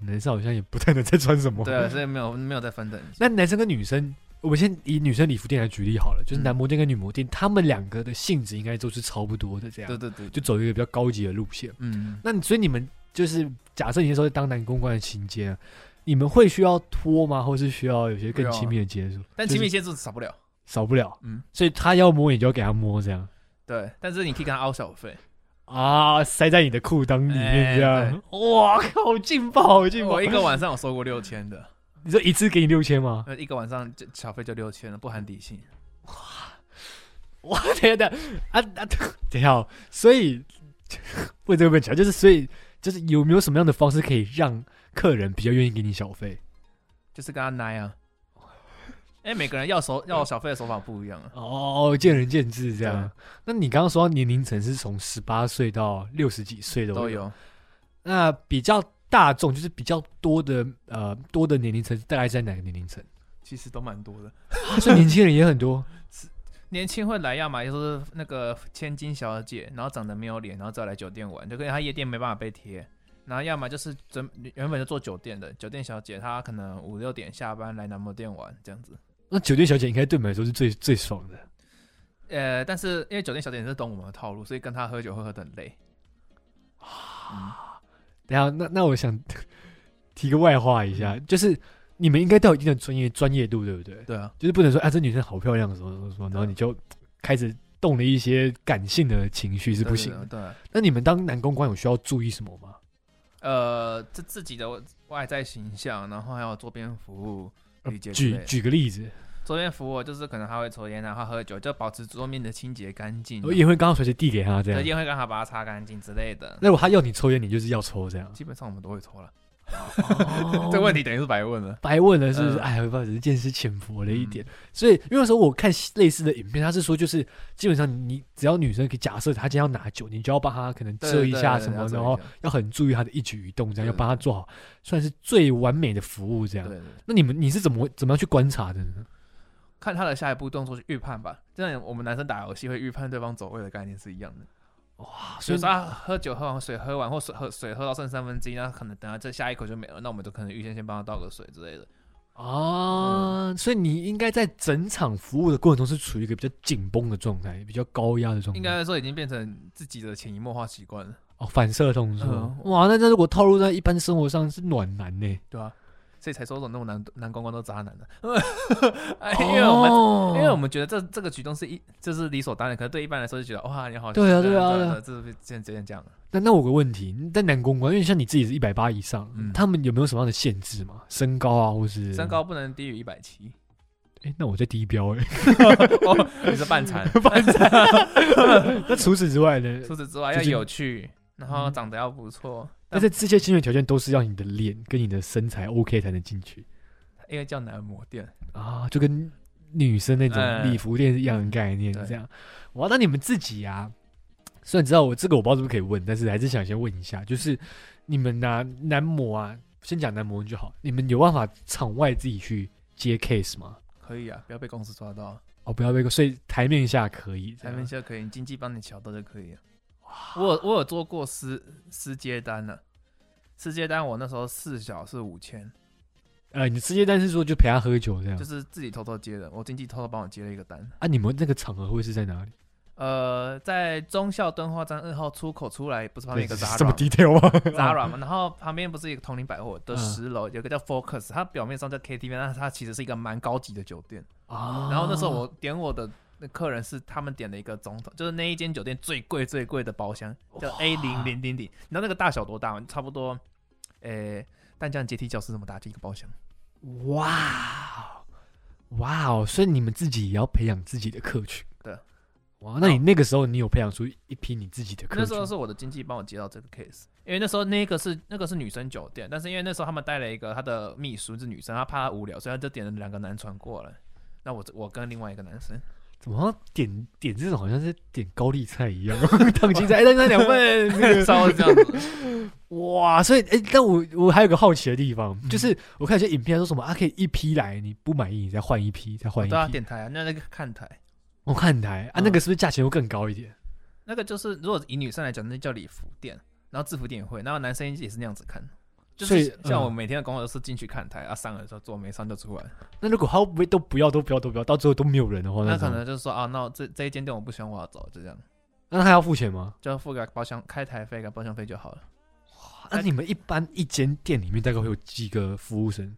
Speaker 2: 男生好像也不太能再穿什么。
Speaker 1: 对啊，所以没有没有在分等级，
Speaker 2: 那男生跟女生，我们先以女生礼服店来举例好了，就
Speaker 1: 嗯
Speaker 2: 是男模店跟女模店，他们两个的性质应该都是差不多的，这样
Speaker 1: 对对对，
Speaker 2: 就走一个比较高级的路线。
Speaker 1: 嗯，
Speaker 2: 那你所以你们就是假设你那时候在当男公关的期间、啊，你们会需要脱吗？或是需要有些更亲密的接触？
Speaker 1: 但亲密接触少不了，
Speaker 2: 少不了，
Speaker 1: 嗯，
Speaker 2: 所以他要摸你就要给他摸这样。
Speaker 1: 对，但是你可以跟他凹小费，
Speaker 2: 啊，塞在你的裤裆里面这
Speaker 1: 哎
Speaker 2: 样。哇靠，劲爆，好劲爆！
Speaker 1: 我一个晚上我收过六千的，
Speaker 2: 你说一次给你六千吗？
Speaker 1: 呃，一个晚上就小费就六千了，不含底薪。
Speaker 2: 哇，等一下，等一下啊 啊，等一下哦，所以 问这个问题啊，就是所以就是有没有什么样的方式可以让客人比较愿意给你小费？
Speaker 1: 就是跟他奶 啊。哎、每个人要手要小费的手法不一样啊。
Speaker 2: 哦，见仁见智这样
Speaker 1: 对。
Speaker 2: 啊那你刚刚说到年龄层是从十八岁到六十几岁的
Speaker 1: 都。有，
Speaker 2: 那比较大众就是比较多的呃多的年龄层，大概在哪个年龄层？
Speaker 1: 其实都蛮多的。
Speaker 2: 啊所以年轻人也很多。
Speaker 1: 年轻会来，要么就是那个千金小姐，然后长得没有脸，然后再来酒店玩，就跟她夜店没办法被贴。然后要么就是准原本就做酒店的酒店小姐，她可能五六点下班来男模店玩这样子。
Speaker 2: 那酒店小姐应该对你们来说是最最爽的。
Speaker 1: 呃，但是因为酒店小姐也是懂我们的套路，所以跟她喝酒会喝得很累。
Speaker 2: 等一下，那那我想提个外话一下，
Speaker 1: 嗯
Speaker 2: 就是你们应该都有一定的专业专业度，对不对？
Speaker 1: 对啊，
Speaker 2: 就是不能说啊，这女生好漂亮，什么什么什么，然后你就开始动了一些感性的情绪是不行
Speaker 1: 对
Speaker 2: 的
Speaker 1: 对。对对
Speaker 2: 那你们当男公关有需要注意什么吗？
Speaker 1: 呃，这自己的外在形象，然后还有周边服务，理解之类
Speaker 2: 呃举
Speaker 1: 的
Speaker 2: 举个例子，
Speaker 1: 周边服务就是可能他会抽烟啊，他喝酒，就保持桌面的清洁干净啊，
Speaker 2: 我哦也会刚刚随时递给她这
Speaker 1: 对，
Speaker 2: 样。
Speaker 1: 烟会让他把它擦干净之类的。
Speaker 2: 那如果她要你抽烟，你就是要抽这样。
Speaker 1: 基本上我们都会抽了，
Speaker 2: 哦
Speaker 1: 这问题等于是白问了。
Speaker 2: 白问了，是不是？
Speaker 1: 嗯
Speaker 2: 哎，我不好意思，见识浅薄了一点。所以，因为那时候我看类似的影片，他是说，就是基本上你只要女生可以假设她今天要拿酒，你就要帮她可能
Speaker 1: 对
Speaker 2: 遮一下
Speaker 1: 对对
Speaker 2: 什么，
Speaker 1: 要遮一
Speaker 2: 然后
Speaker 1: 下
Speaker 2: 要很注意她的一举一动，这样
Speaker 1: 对
Speaker 2: 要帮她做好，算是最完美的服务这
Speaker 1: 对
Speaker 2: 样。
Speaker 1: 对对
Speaker 2: 那你们你是怎么怎么样去观察的呢？
Speaker 1: 看他的下一步动作去预判吧。这样我们男生打游戏会预判对方走位的概念是一样的。
Speaker 2: 哇，
Speaker 1: 所
Speaker 2: 所
Speaker 1: 以
Speaker 2: 以
Speaker 1: 说他啊喝酒喝完水喝完或水喝水喝到剩三分之一，那可能等下这下一口就没了，那我们就可能预先先帮他倒个水之类的。
Speaker 2: 啊，所以你应该在整场服务的过程中是处于一个比较紧绷的状态，比较高压的状态，
Speaker 1: 应该说已经变成自己的潜移默化习惯了，
Speaker 2: 哦反射动作。
Speaker 1: 嗯
Speaker 2: 哇，那那如果套路在一般生活上是暖男呢、
Speaker 1: 对吧、所以才说这种那种男男公关都渣男的、 哎因为
Speaker 2: 哦
Speaker 1: 我们因为我们觉得这这个举动是一，这是理所当然，可是对一般来说就觉得哇，你好，
Speaker 2: 对啊对
Speaker 1: 对
Speaker 2: 啊对啊
Speaker 1: 这是这这这样，
Speaker 2: 那那我有个问题，在男公关，因为像你自己是一百八以上，
Speaker 1: 嗯
Speaker 2: 他们有没有什么样的限制吗？身高啊，或是
Speaker 1: 身？高不能低于一百七，
Speaker 2: 哎、那我在低标哎、
Speaker 1: 哦，你是半残。
Speaker 2: 那除此之外呢？
Speaker 1: 除此之外
Speaker 2: 就
Speaker 1: 要
Speaker 2: 是
Speaker 1: 有趣，然后
Speaker 2: 嗯
Speaker 1: 长得要不错，
Speaker 2: 但是这些基本条件都是要你的脸跟你的身材 OK 才能进去
Speaker 1: 因为叫男模店，
Speaker 2: 啊，就跟女生那种
Speaker 1: 嗯
Speaker 2: 礼服店是一样的概念，
Speaker 1: 对
Speaker 2: 这样。哇，那你们自己啊，虽然知道我这个我不知道是不是可以问，但是还是想先问一下，就是你们拿、男模啊，先讲男模就好，你们有办法场外自己去接 case 吗？
Speaker 1: 可以啊，不要被公司抓到，
Speaker 2: 哦，不要被过，所以台面下可以，
Speaker 1: 台面下可以，你经济帮你瞧到就可以了。啊我有我有做过私私接单呢、私接单我那时候四小是五千，
Speaker 2: 呃，你直接单是说就陪他喝酒这样，
Speaker 1: 就是自己偷偷接的，我经纪偷偷帮我接了一个单。
Speaker 2: 啊，你们那个场合会是在哪里？
Speaker 1: 呃，在中校敦化站二号出口出来，不是旁边一个
Speaker 2: 对
Speaker 1: Zara
Speaker 2: 这么
Speaker 1: 吗
Speaker 2: detail 吗？
Speaker 1: Zara 嘛，然后旁边不是一个同林百货
Speaker 2: 嗯
Speaker 1: 的十楼，有一个叫 Focus，它表面上叫 KTV，但是它其实是一个蛮高级的酒店。哦
Speaker 2: 啊
Speaker 1: 然后那时候我点我的那客人是他们点的一个总统，就是那一间酒店最贵最贵的包厢，叫 A 零零零零。你知道那个大小多大吗？差不多，诶、但这样阶梯教室这么大，就一个包厢。
Speaker 2: 哇哇哦，所以你们自己也要培养自己的客群。
Speaker 1: 对，
Speaker 2: 哇，那你那个时候你有培养出一批你自己的客群？
Speaker 1: 那时候是我的经纪帮我接到这个 case，因为那时候那个是那个是女生酒店，但是因为那时候他们带了一个他的秘书是女生，她怕她无聊，所以她就点了两个男船过来。那我我跟另外一个男 生，
Speaker 2: 怎么好像点点这种好像是点高丽菜一样， 烫青菜，哎，那那两份那 个
Speaker 1: 稍微这样子，
Speaker 2: 哇，所以哎、但我我还有个好奇的地方，
Speaker 1: 嗯
Speaker 2: 就是我看有些影片说什么啊，可以一批来，你不满意你再换一批，再换一
Speaker 1: 对啊，
Speaker 2: 批。
Speaker 1: 点台啊，那那个看台，
Speaker 2: 我看台啊，
Speaker 1: 嗯
Speaker 2: 那个是不是价钱会更高一点？
Speaker 1: 那个就是如果以女生来讲，那叫礼服店，然后制服店也会，然后男生也是那样子看，就
Speaker 2: 所
Speaker 1: 是
Speaker 2: 以
Speaker 1: 像
Speaker 2: 嗯
Speaker 1: 我每天的工作都是进去看台啊，上了就做，没上就出来，
Speaker 2: 那如果他会不会都不要，都不要，都不要，到最后都没有人的话，
Speaker 1: 那
Speaker 2: 怎
Speaker 1: 可
Speaker 2: 么
Speaker 1: 能就是说啊，那我这这一间店我不喜欢，我要走，就这样，
Speaker 2: 那他要付钱吗？
Speaker 1: 就付个包厢开台费跟包厢费就好了。啊
Speaker 2: 那、你们一般一间店里面大概会有几个服务生，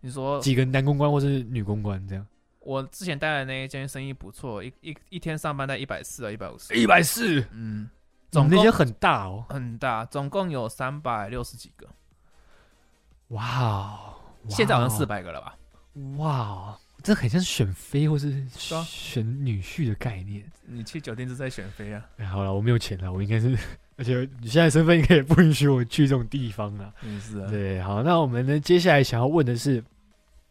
Speaker 1: 你说
Speaker 2: 几个男公关或是女公关这样？
Speaker 1: 我之前待的那一间生意不错，一一一天上班在一百四到一百五十，
Speaker 2: 一百四，
Speaker 1: 嗯，总
Speaker 2: 嗯那
Speaker 1: 共
Speaker 2: 些很大哦，
Speaker 1: 很大，总共有三百六十几个，
Speaker 2: 哇哦，
Speaker 1: 现在好像四
Speaker 2: 吧？
Speaker 1: 百个了吧？
Speaker 2: 哇哦，这很像选妃或是
Speaker 1: 啊
Speaker 2: 选女婿的概念。
Speaker 1: 你去酒店就是在选妃啊？
Speaker 2: 哎，好了，我没有钱了，我应该是，而且你现在身份应该也不允许我去这种地方了。
Speaker 1: 也是啊，
Speaker 2: 对，好，那我们呢，接下来想要问的是，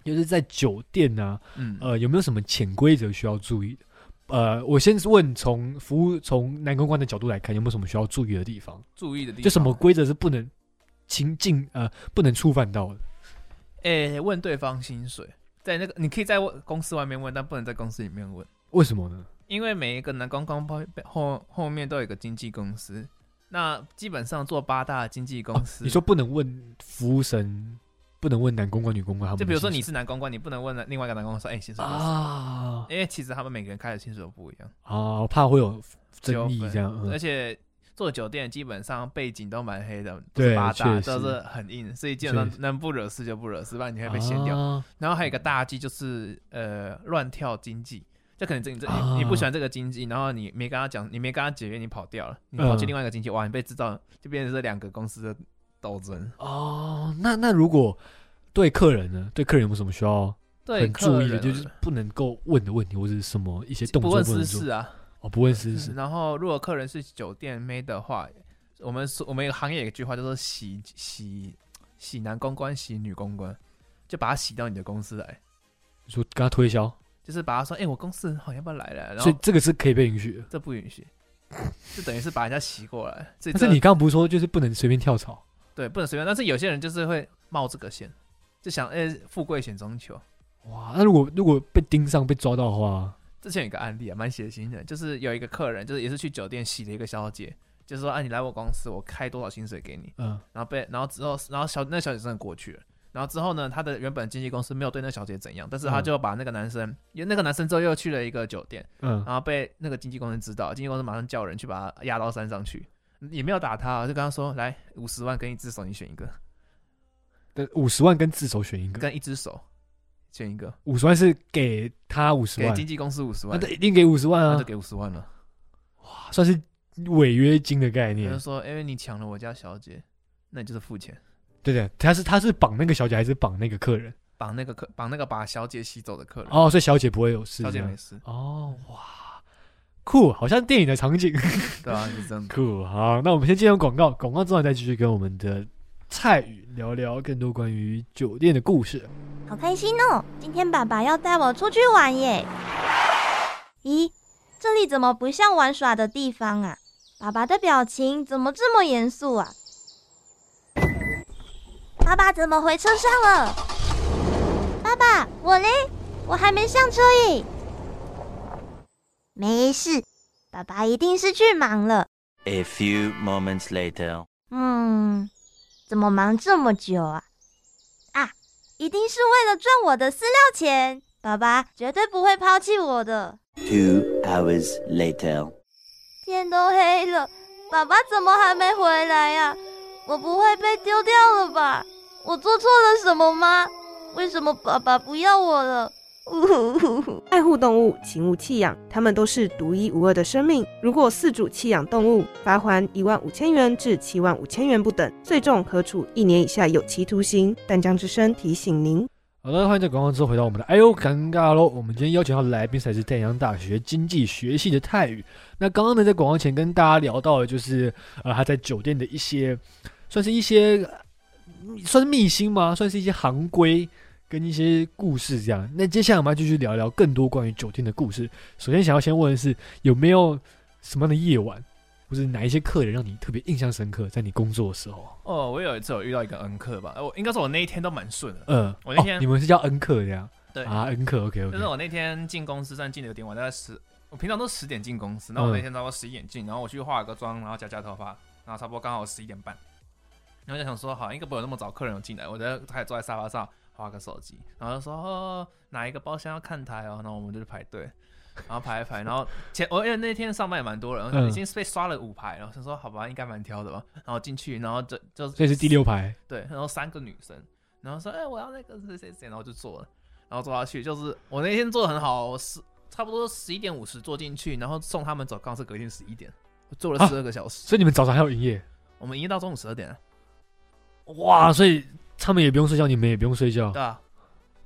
Speaker 2: 就是在酒店呢、
Speaker 1: 嗯，
Speaker 2: 呃，有没有什么潜规则需要注意的？呃，我先问从服务从男公关的角度来看，有没有什么需要注意的地方？
Speaker 1: 注意的地方
Speaker 2: 就什么？规则是不能亲近呃不能触犯到的？
Speaker 1: 哎、问对方薪水，在那个你可以在公司外面问，但不能在公司里面问。
Speaker 2: 为什么呢？
Speaker 1: 因为每一个男公关后后后面都有一个经纪公司，那基本上做八大经纪公司，
Speaker 2: 哦你说不能问服务生，不能问男公关、女公关，他们
Speaker 1: 就
Speaker 2: 的
Speaker 1: 比如说你
Speaker 2: 薪水
Speaker 1: 是男公关，你不能问另外一个男公关说，哎、薪水多少？
Speaker 2: 啊
Speaker 1: 因为其实他们每个人开的薪水都不一样，
Speaker 2: 啊，怕会有争议
Speaker 1: 纠纷
Speaker 2: 这样，
Speaker 1: 而
Speaker 2: 嗯、
Speaker 1: 且做酒店基本上背景都蛮黑的，都
Speaker 2: 对
Speaker 1: 是八大
Speaker 2: 确实
Speaker 1: 都是很硬，所以基本
Speaker 2: 确
Speaker 1: 上能不惹事就不惹事，不然你会被掀掉。
Speaker 2: 啊
Speaker 1: 然后还有一个大忌就是呃乱跳经济，就可能这你这
Speaker 2: 啊
Speaker 1: 你你不喜欢这个经济，然后你没跟他讲，你没跟他解约，你跑掉了，你跑去
Speaker 2: 嗯
Speaker 1: 另外一个经济，哇，你被制造就变成是两个公司的斗争。
Speaker 2: 哦，那那如果对客人呢？对客人有没有什么需要
Speaker 1: 对，
Speaker 2: 很注
Speaker 1: 客
Speaker 2: 意的，
Speaker 1: 人
Speaker 2: 就是不能够问的问题，或者是什么一些动
Speaker 1: 不
Speaker 2: 作
Speaker 1: 问
Speaker 2: 不能
Speaker 1: 私
Speaker 2: 做
Speaker 1: 事啊。
Speaker 2: 哦，不问私事
Speaker 1: 然后如果客人是酒店妹的话，我们说我们有行业有一句话叫做洗洗洗男公关，洗女公关，就把他洗到你的公司来。
Speaker 2: 你说跟他推销，
Speaker 1: 就是把他说，哎、我公司好像要不要来了？然后
Speaker 2: 所以这个是可以被允许的。
Speaker 1: 这不允许，就等于是把人家洗过来。这
Speaker 2: 但是你刚刚不是说就是不能随便跳槽？
Speaker 1: 对，不能随便。但是有些人就是会冒这个险，就想哎、富贵险中求。
Speaker 2: 哇，那如果如果被盯上被抓到的话，
Speaker 1: 之前有一个案例啊，蛮血腥的，就是有一个客人，就是也是去酒店洗了一个小姐，就是说啊，你来我公司，我开多少薪水给你，
Speaker 2: 嗯，
Speaker 1: 然后被，然后之后，然后小那小姐真的过去了。然后之后呢，他的原本经纪公司没有对那小姐怎样，但是他
Speaker 2: 嗯
Speaker 1: 就把那个男生，因为那个男生之后又去了一个酒店，
Speaker 2: 嗯，
Speaker 1: 然后被那个经纪公司知道，经纪公司马上叫人去把他押到山上去，也没有打他，就跟他说，来五十万跟一只手，你选一个，
Speaker 2: 但五十万跟自首选一个，
Speaker 1: 跟一只手选一个，
Speaker 2: 五十万是给他五十
Speaker 1: 给
Speaker 2: 万，
Speaker 1: 经纪公司五十
Speaker 2: 那
Speaker 1: 万
Speaker 2: 他，一定给五十万
Speaker 1: 那
Speaker 2: 啊
Speaker 1: 就，给五十万了。
Speaker 2: 算是违约金的概
Speaker 1: 他
Speaker 2: 念
Speaker 1: 就。说，因为你抢了我家小姐，那你就是付钱，
Speaker 2: 对对，他是他是绑那个小姐还是绑那个客人？
Speaker 1: 绑那个客，绑那个把小姐洗走的客人，
Speaker 2: 哦，所以小姐不会有事。
Speaker 1: 小姐
Speaker 2: 这样
Speaker 1: 没事，
Speaker 2: 哦，哇，酷，好像电影的场景。
Speaker 1: 对啊，是真的。
Speaker 2: 酷，好，那我们先进入广告，广告之后再继续跟我们的蔡宇聊聊更多关于酒店的故事。
Speaker 3: 好开心哦！今天爸爸要带我出去玩耶。咦，这里怎么不像玩耍的地方啊？爸爸的表情怎么这么严肃啊？爸爸怎么回车上了？爸爸，我嘞，我还没上车耶。没事，爸爸一定是去忙了。
Speaker 5: A few moments later.
Speaker 3: 嗯，怎么忙这么久啊？啊，一定是为了赚我的饲料钱，爸爸绝对不会抛弃我的。
Speaker 5: Two hours later.
Speaker 3: 天都黑了，爸爸怎么还没回来呀、我不会被丢掉了吧？我做错了什么吗？为什么爸爸不要我了？呜呼呼呼！
Speaker 6: 爱护动物，请勿弃养，它们都是独一无二的生命。如果饲主弃养动物，罚款一万五千元至七万五千元不等，最重可处一年以下有期徒刑。淡江之声提醒您。
Speaker 2: 好的，欢迎在广告之后回到我们的哎呦尴尬喽。我们今天邀请到的来宾是来自淡江大学经济学系的泰宇。那刚刚呢，在广告前跟大家聊到的就是呃他在酒店的一些，算是一些呃算是秘辛吗？算是一些行规跟一些故事这样。那接下来我们要继续聊聊更多关于酒店的故事。首先想要先问的是，有没有什么样的夜晚，或是哪一些客人让你特别印象深刻，在你工作的时候？
Speaker 1: 哦，我有一次有遇到一个恩客吧，呃我应该说我那一天都蛮顺的，
Speaker 2: 呃，
Speaker 1: 我那
Speaker 2: 哦
Speaker 1: 天、
Speaker 2: 你们是叫恩客这样
Speaker 1: 对，
Speaker 2: 啊？恩客，OK
Speaker 1: 就是
Speaker 2: OK，
Speaker 1: 我那天进公司算进的有点晚，大概十，我平常都十点进公司，那我那
Speaker 2: 嗯
Speaker 1: 天差不多十一点进，然后我去化个妆，然后夹夹头发，然后差不多刚好十一点半，然后就想说好，应该不会有那么早客人有进来，我在还坐在沙发上划个手机，然后就说、哦、哪一个包厢要看台哦，然后我们就去排队。 然后排一排，然后前我因为那天上班也蛮多人，
Speaker 2: 嗯
Speaker 1: 已经被刷了五排，然后想说好吧，应该蛮挑的吧。然后进去，然后就就
Speaker 2: 所以是第六排。
Speaker 1: 对，然后三个女生，然后说，哎、我要那个谁谁谁，然后就做了，然后做下去，就是我那天做的很好，我是差不多十一点五十做进去，然后送他们走，刚好是隔天十一点，我做了十二个小时，
Speaker 2: 所以你们早上还要营业？
Speaker 1: 我们营业到中午十二点啊，
Speaker 2: 哇，所以他们也不用睡觉，你们也不用睡觉。
Speaker 1: 对啊，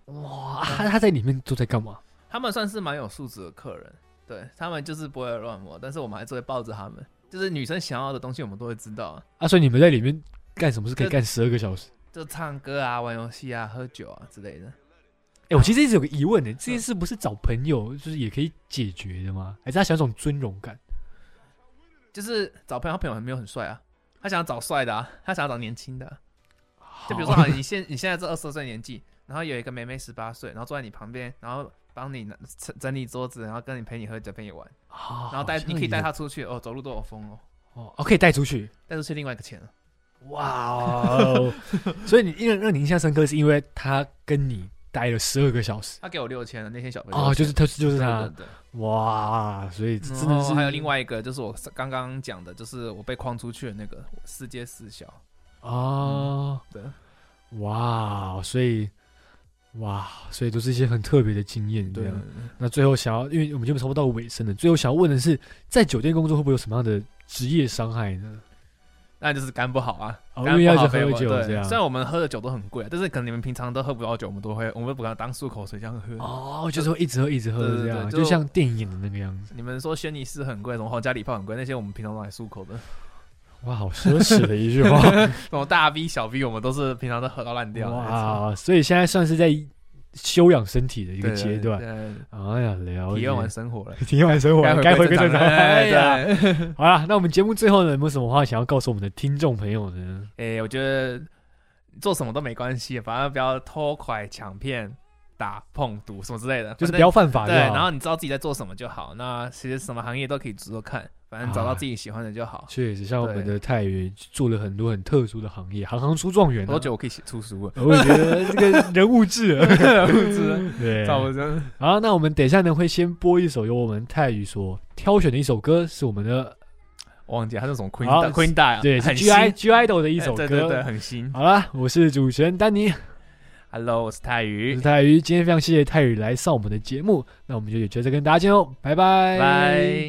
Speaker 2: 哇，他他在里面都在干嘛？
Speaker 1: 他们算是蛮有素质的客人，对他们就是不会乱摸，但是我们还是会抱着他们，就是女生想要的东西我们都会知道啊，
Speaker 2: 啊，所以你们在里面干什么事可以干十二个小时？
Speaker 1: 就唱歌啊、玩游戏啊、喝酒啊之类的。
Speaker 2: 哎、我其实一直有个疑问呢、这件事不是找朋友就是也可以解决的吗？还是他想要一种尊荣感？
Speaker 1: 就是找朋友，他朋友没有很帅啊，他想要找帅的啊，他想要找年轻的啊、就
Speaker 2: 哦
Speaker 1: 比如说啊，你现你现在这二十岁年纪，然后有一个妹妹十八岁，然后坐在你旁边，然后帮你拿整整理桌子，然后跟你陪你喝酒陪你玩，
Speaker 2: 好，
Speaker 1: 然后带
Speaker 2: 哦好像
Speaker 1: 你可以带
Speaker 2: 有
Speaker 1: 她出去哦，走路都有风哦，
Speaker 2: 哦，哦可以带出去。
Speaker 1: 带出去另外一个钱了。
Speaker 2: 哇哦！ 所以你因为让你印象深刻，是因为他跟你待了十二个小时。
Speaker 1: 他给我六千了，那天小朋友
Speaker 2: 哦，就是他，就
Speaker 1: 就是
Speaker 2: 他，
Speaker 1: 对
Speaker 2: 哇！所以这真
Speaker 1: 然
Speaker 2: 的
Speaker 1: 后
Speaker 2: 是
Speaker 1: 哦还有另外一个，就是我刚刚讲的，就是我被框出去的那个世界四小。
Speaker 2: 哦，
Speaker 1: 对，
Speaker 2: 哇！所以哇，所以都是一些很特别的经验。这样，那最后想要，因为我们节目差不多到尾声了，最后想要问的是，在酒店工作会不会有什么样的职业伤害呢？
Speaker 1: 那就是肝不好啊，肝
Speaker 2: 哦
Speaker 1: 不好
Speaker 2: 因为要去喝
Speaker 1: 被
Speaker 2: 酒
Speaker 1: 我对
Speaker 2: 这样
Speaker 1: 虽然我们喝的酒都很贵，啊但是可能你们平常都喝不到酒，我们都会，我们不敢当漱口水这样喝。
Speaker 2: 哦，就是会一直喝，一直喝
Speaker 1: 对对
Speaker 2: 这
Speaker 1: 对
Speaker 2: 样，
Speaker 1: 就
Speaker 2: 就像电影的那个样 子。
Speaker 1: 你们说轩尼诗很贵，什么皇家礼炮很贵，那些我们平常都来漱口的，
Speaker 2: 哇，好奢侈的一句 话。
Speaker 1: 什么大 V 小 V，我们都是平常都喝到烂掉。
Speaker 2: 哇，所以现在算是在休养身体的一
Speaker 1: 一
Speaker 2: 个阶段。
Speaker 1: 体
Speaker 2: 哎呀，了解，
Speaker 1: 验完生 活了，
Speaker 2: 体验完生活，该回归正常。哎
Speaker 1: 哎
Speaker 2: 呀，
Speaker 1: 呀，
Speaker 2: 好了，那我们节目最后呢，有没有什么话想要告诉我们的听众朋友呢？
Speaker 1: 哎，我觉得做什么都没关系，反正不要偷拐抢骗、打碰赌什么之类的，
Speaker 2: 就是不
Speaker 1: 反正
Speaker 2: 要犯法就
Speaker 1: 啊对，
Speaker 2: 好，
Speaker 1: 然后你知道自己在做什么就好。那其实什么行业都可以做做看，反
Speaker 2: 啊
Speaker 1: 正找到自己喜欢的就好。
Speaker 2: 确实，像我们
Speaker 1: 对
Speaker 2: 的太原做了很多很特殊的行业，行行出状元、啊
Speaker 1: 我都觉得我可以写出 书了，
Speaker 2: 得，我也觉得这个人物志啊，
Speaker 1: 不知
Speaker 2: 对。
Speaker 1: 道我真
Speaker 2: 好，那我们等一下呢，会先播一首由我们泰语所挑选的一首歌，是我们的
Speaker 1: 忘记他是什么 Queen
Speaker 2: 好
Speaker 1: Di- Queen 大，
Speaker 2: 对是
Speaker 1: 啊很
Speaker 2: G
Speaker 1: 新
Speaker 2: I G I d 的一首歌。
Speaker 1: 哎对对对，很新。
Speaker 2: 好啦，我是主持人 丹尼，
Speaker 1: Hello，我是泰
Speaker 2: 我
Speaker 1: 宇
Speaker 2: 是，泰哦宇，今天非常谢谢泰宇来上我们的节目，那我们就也就这跟大家见喽，拜拜，
Speaker 1: 拜。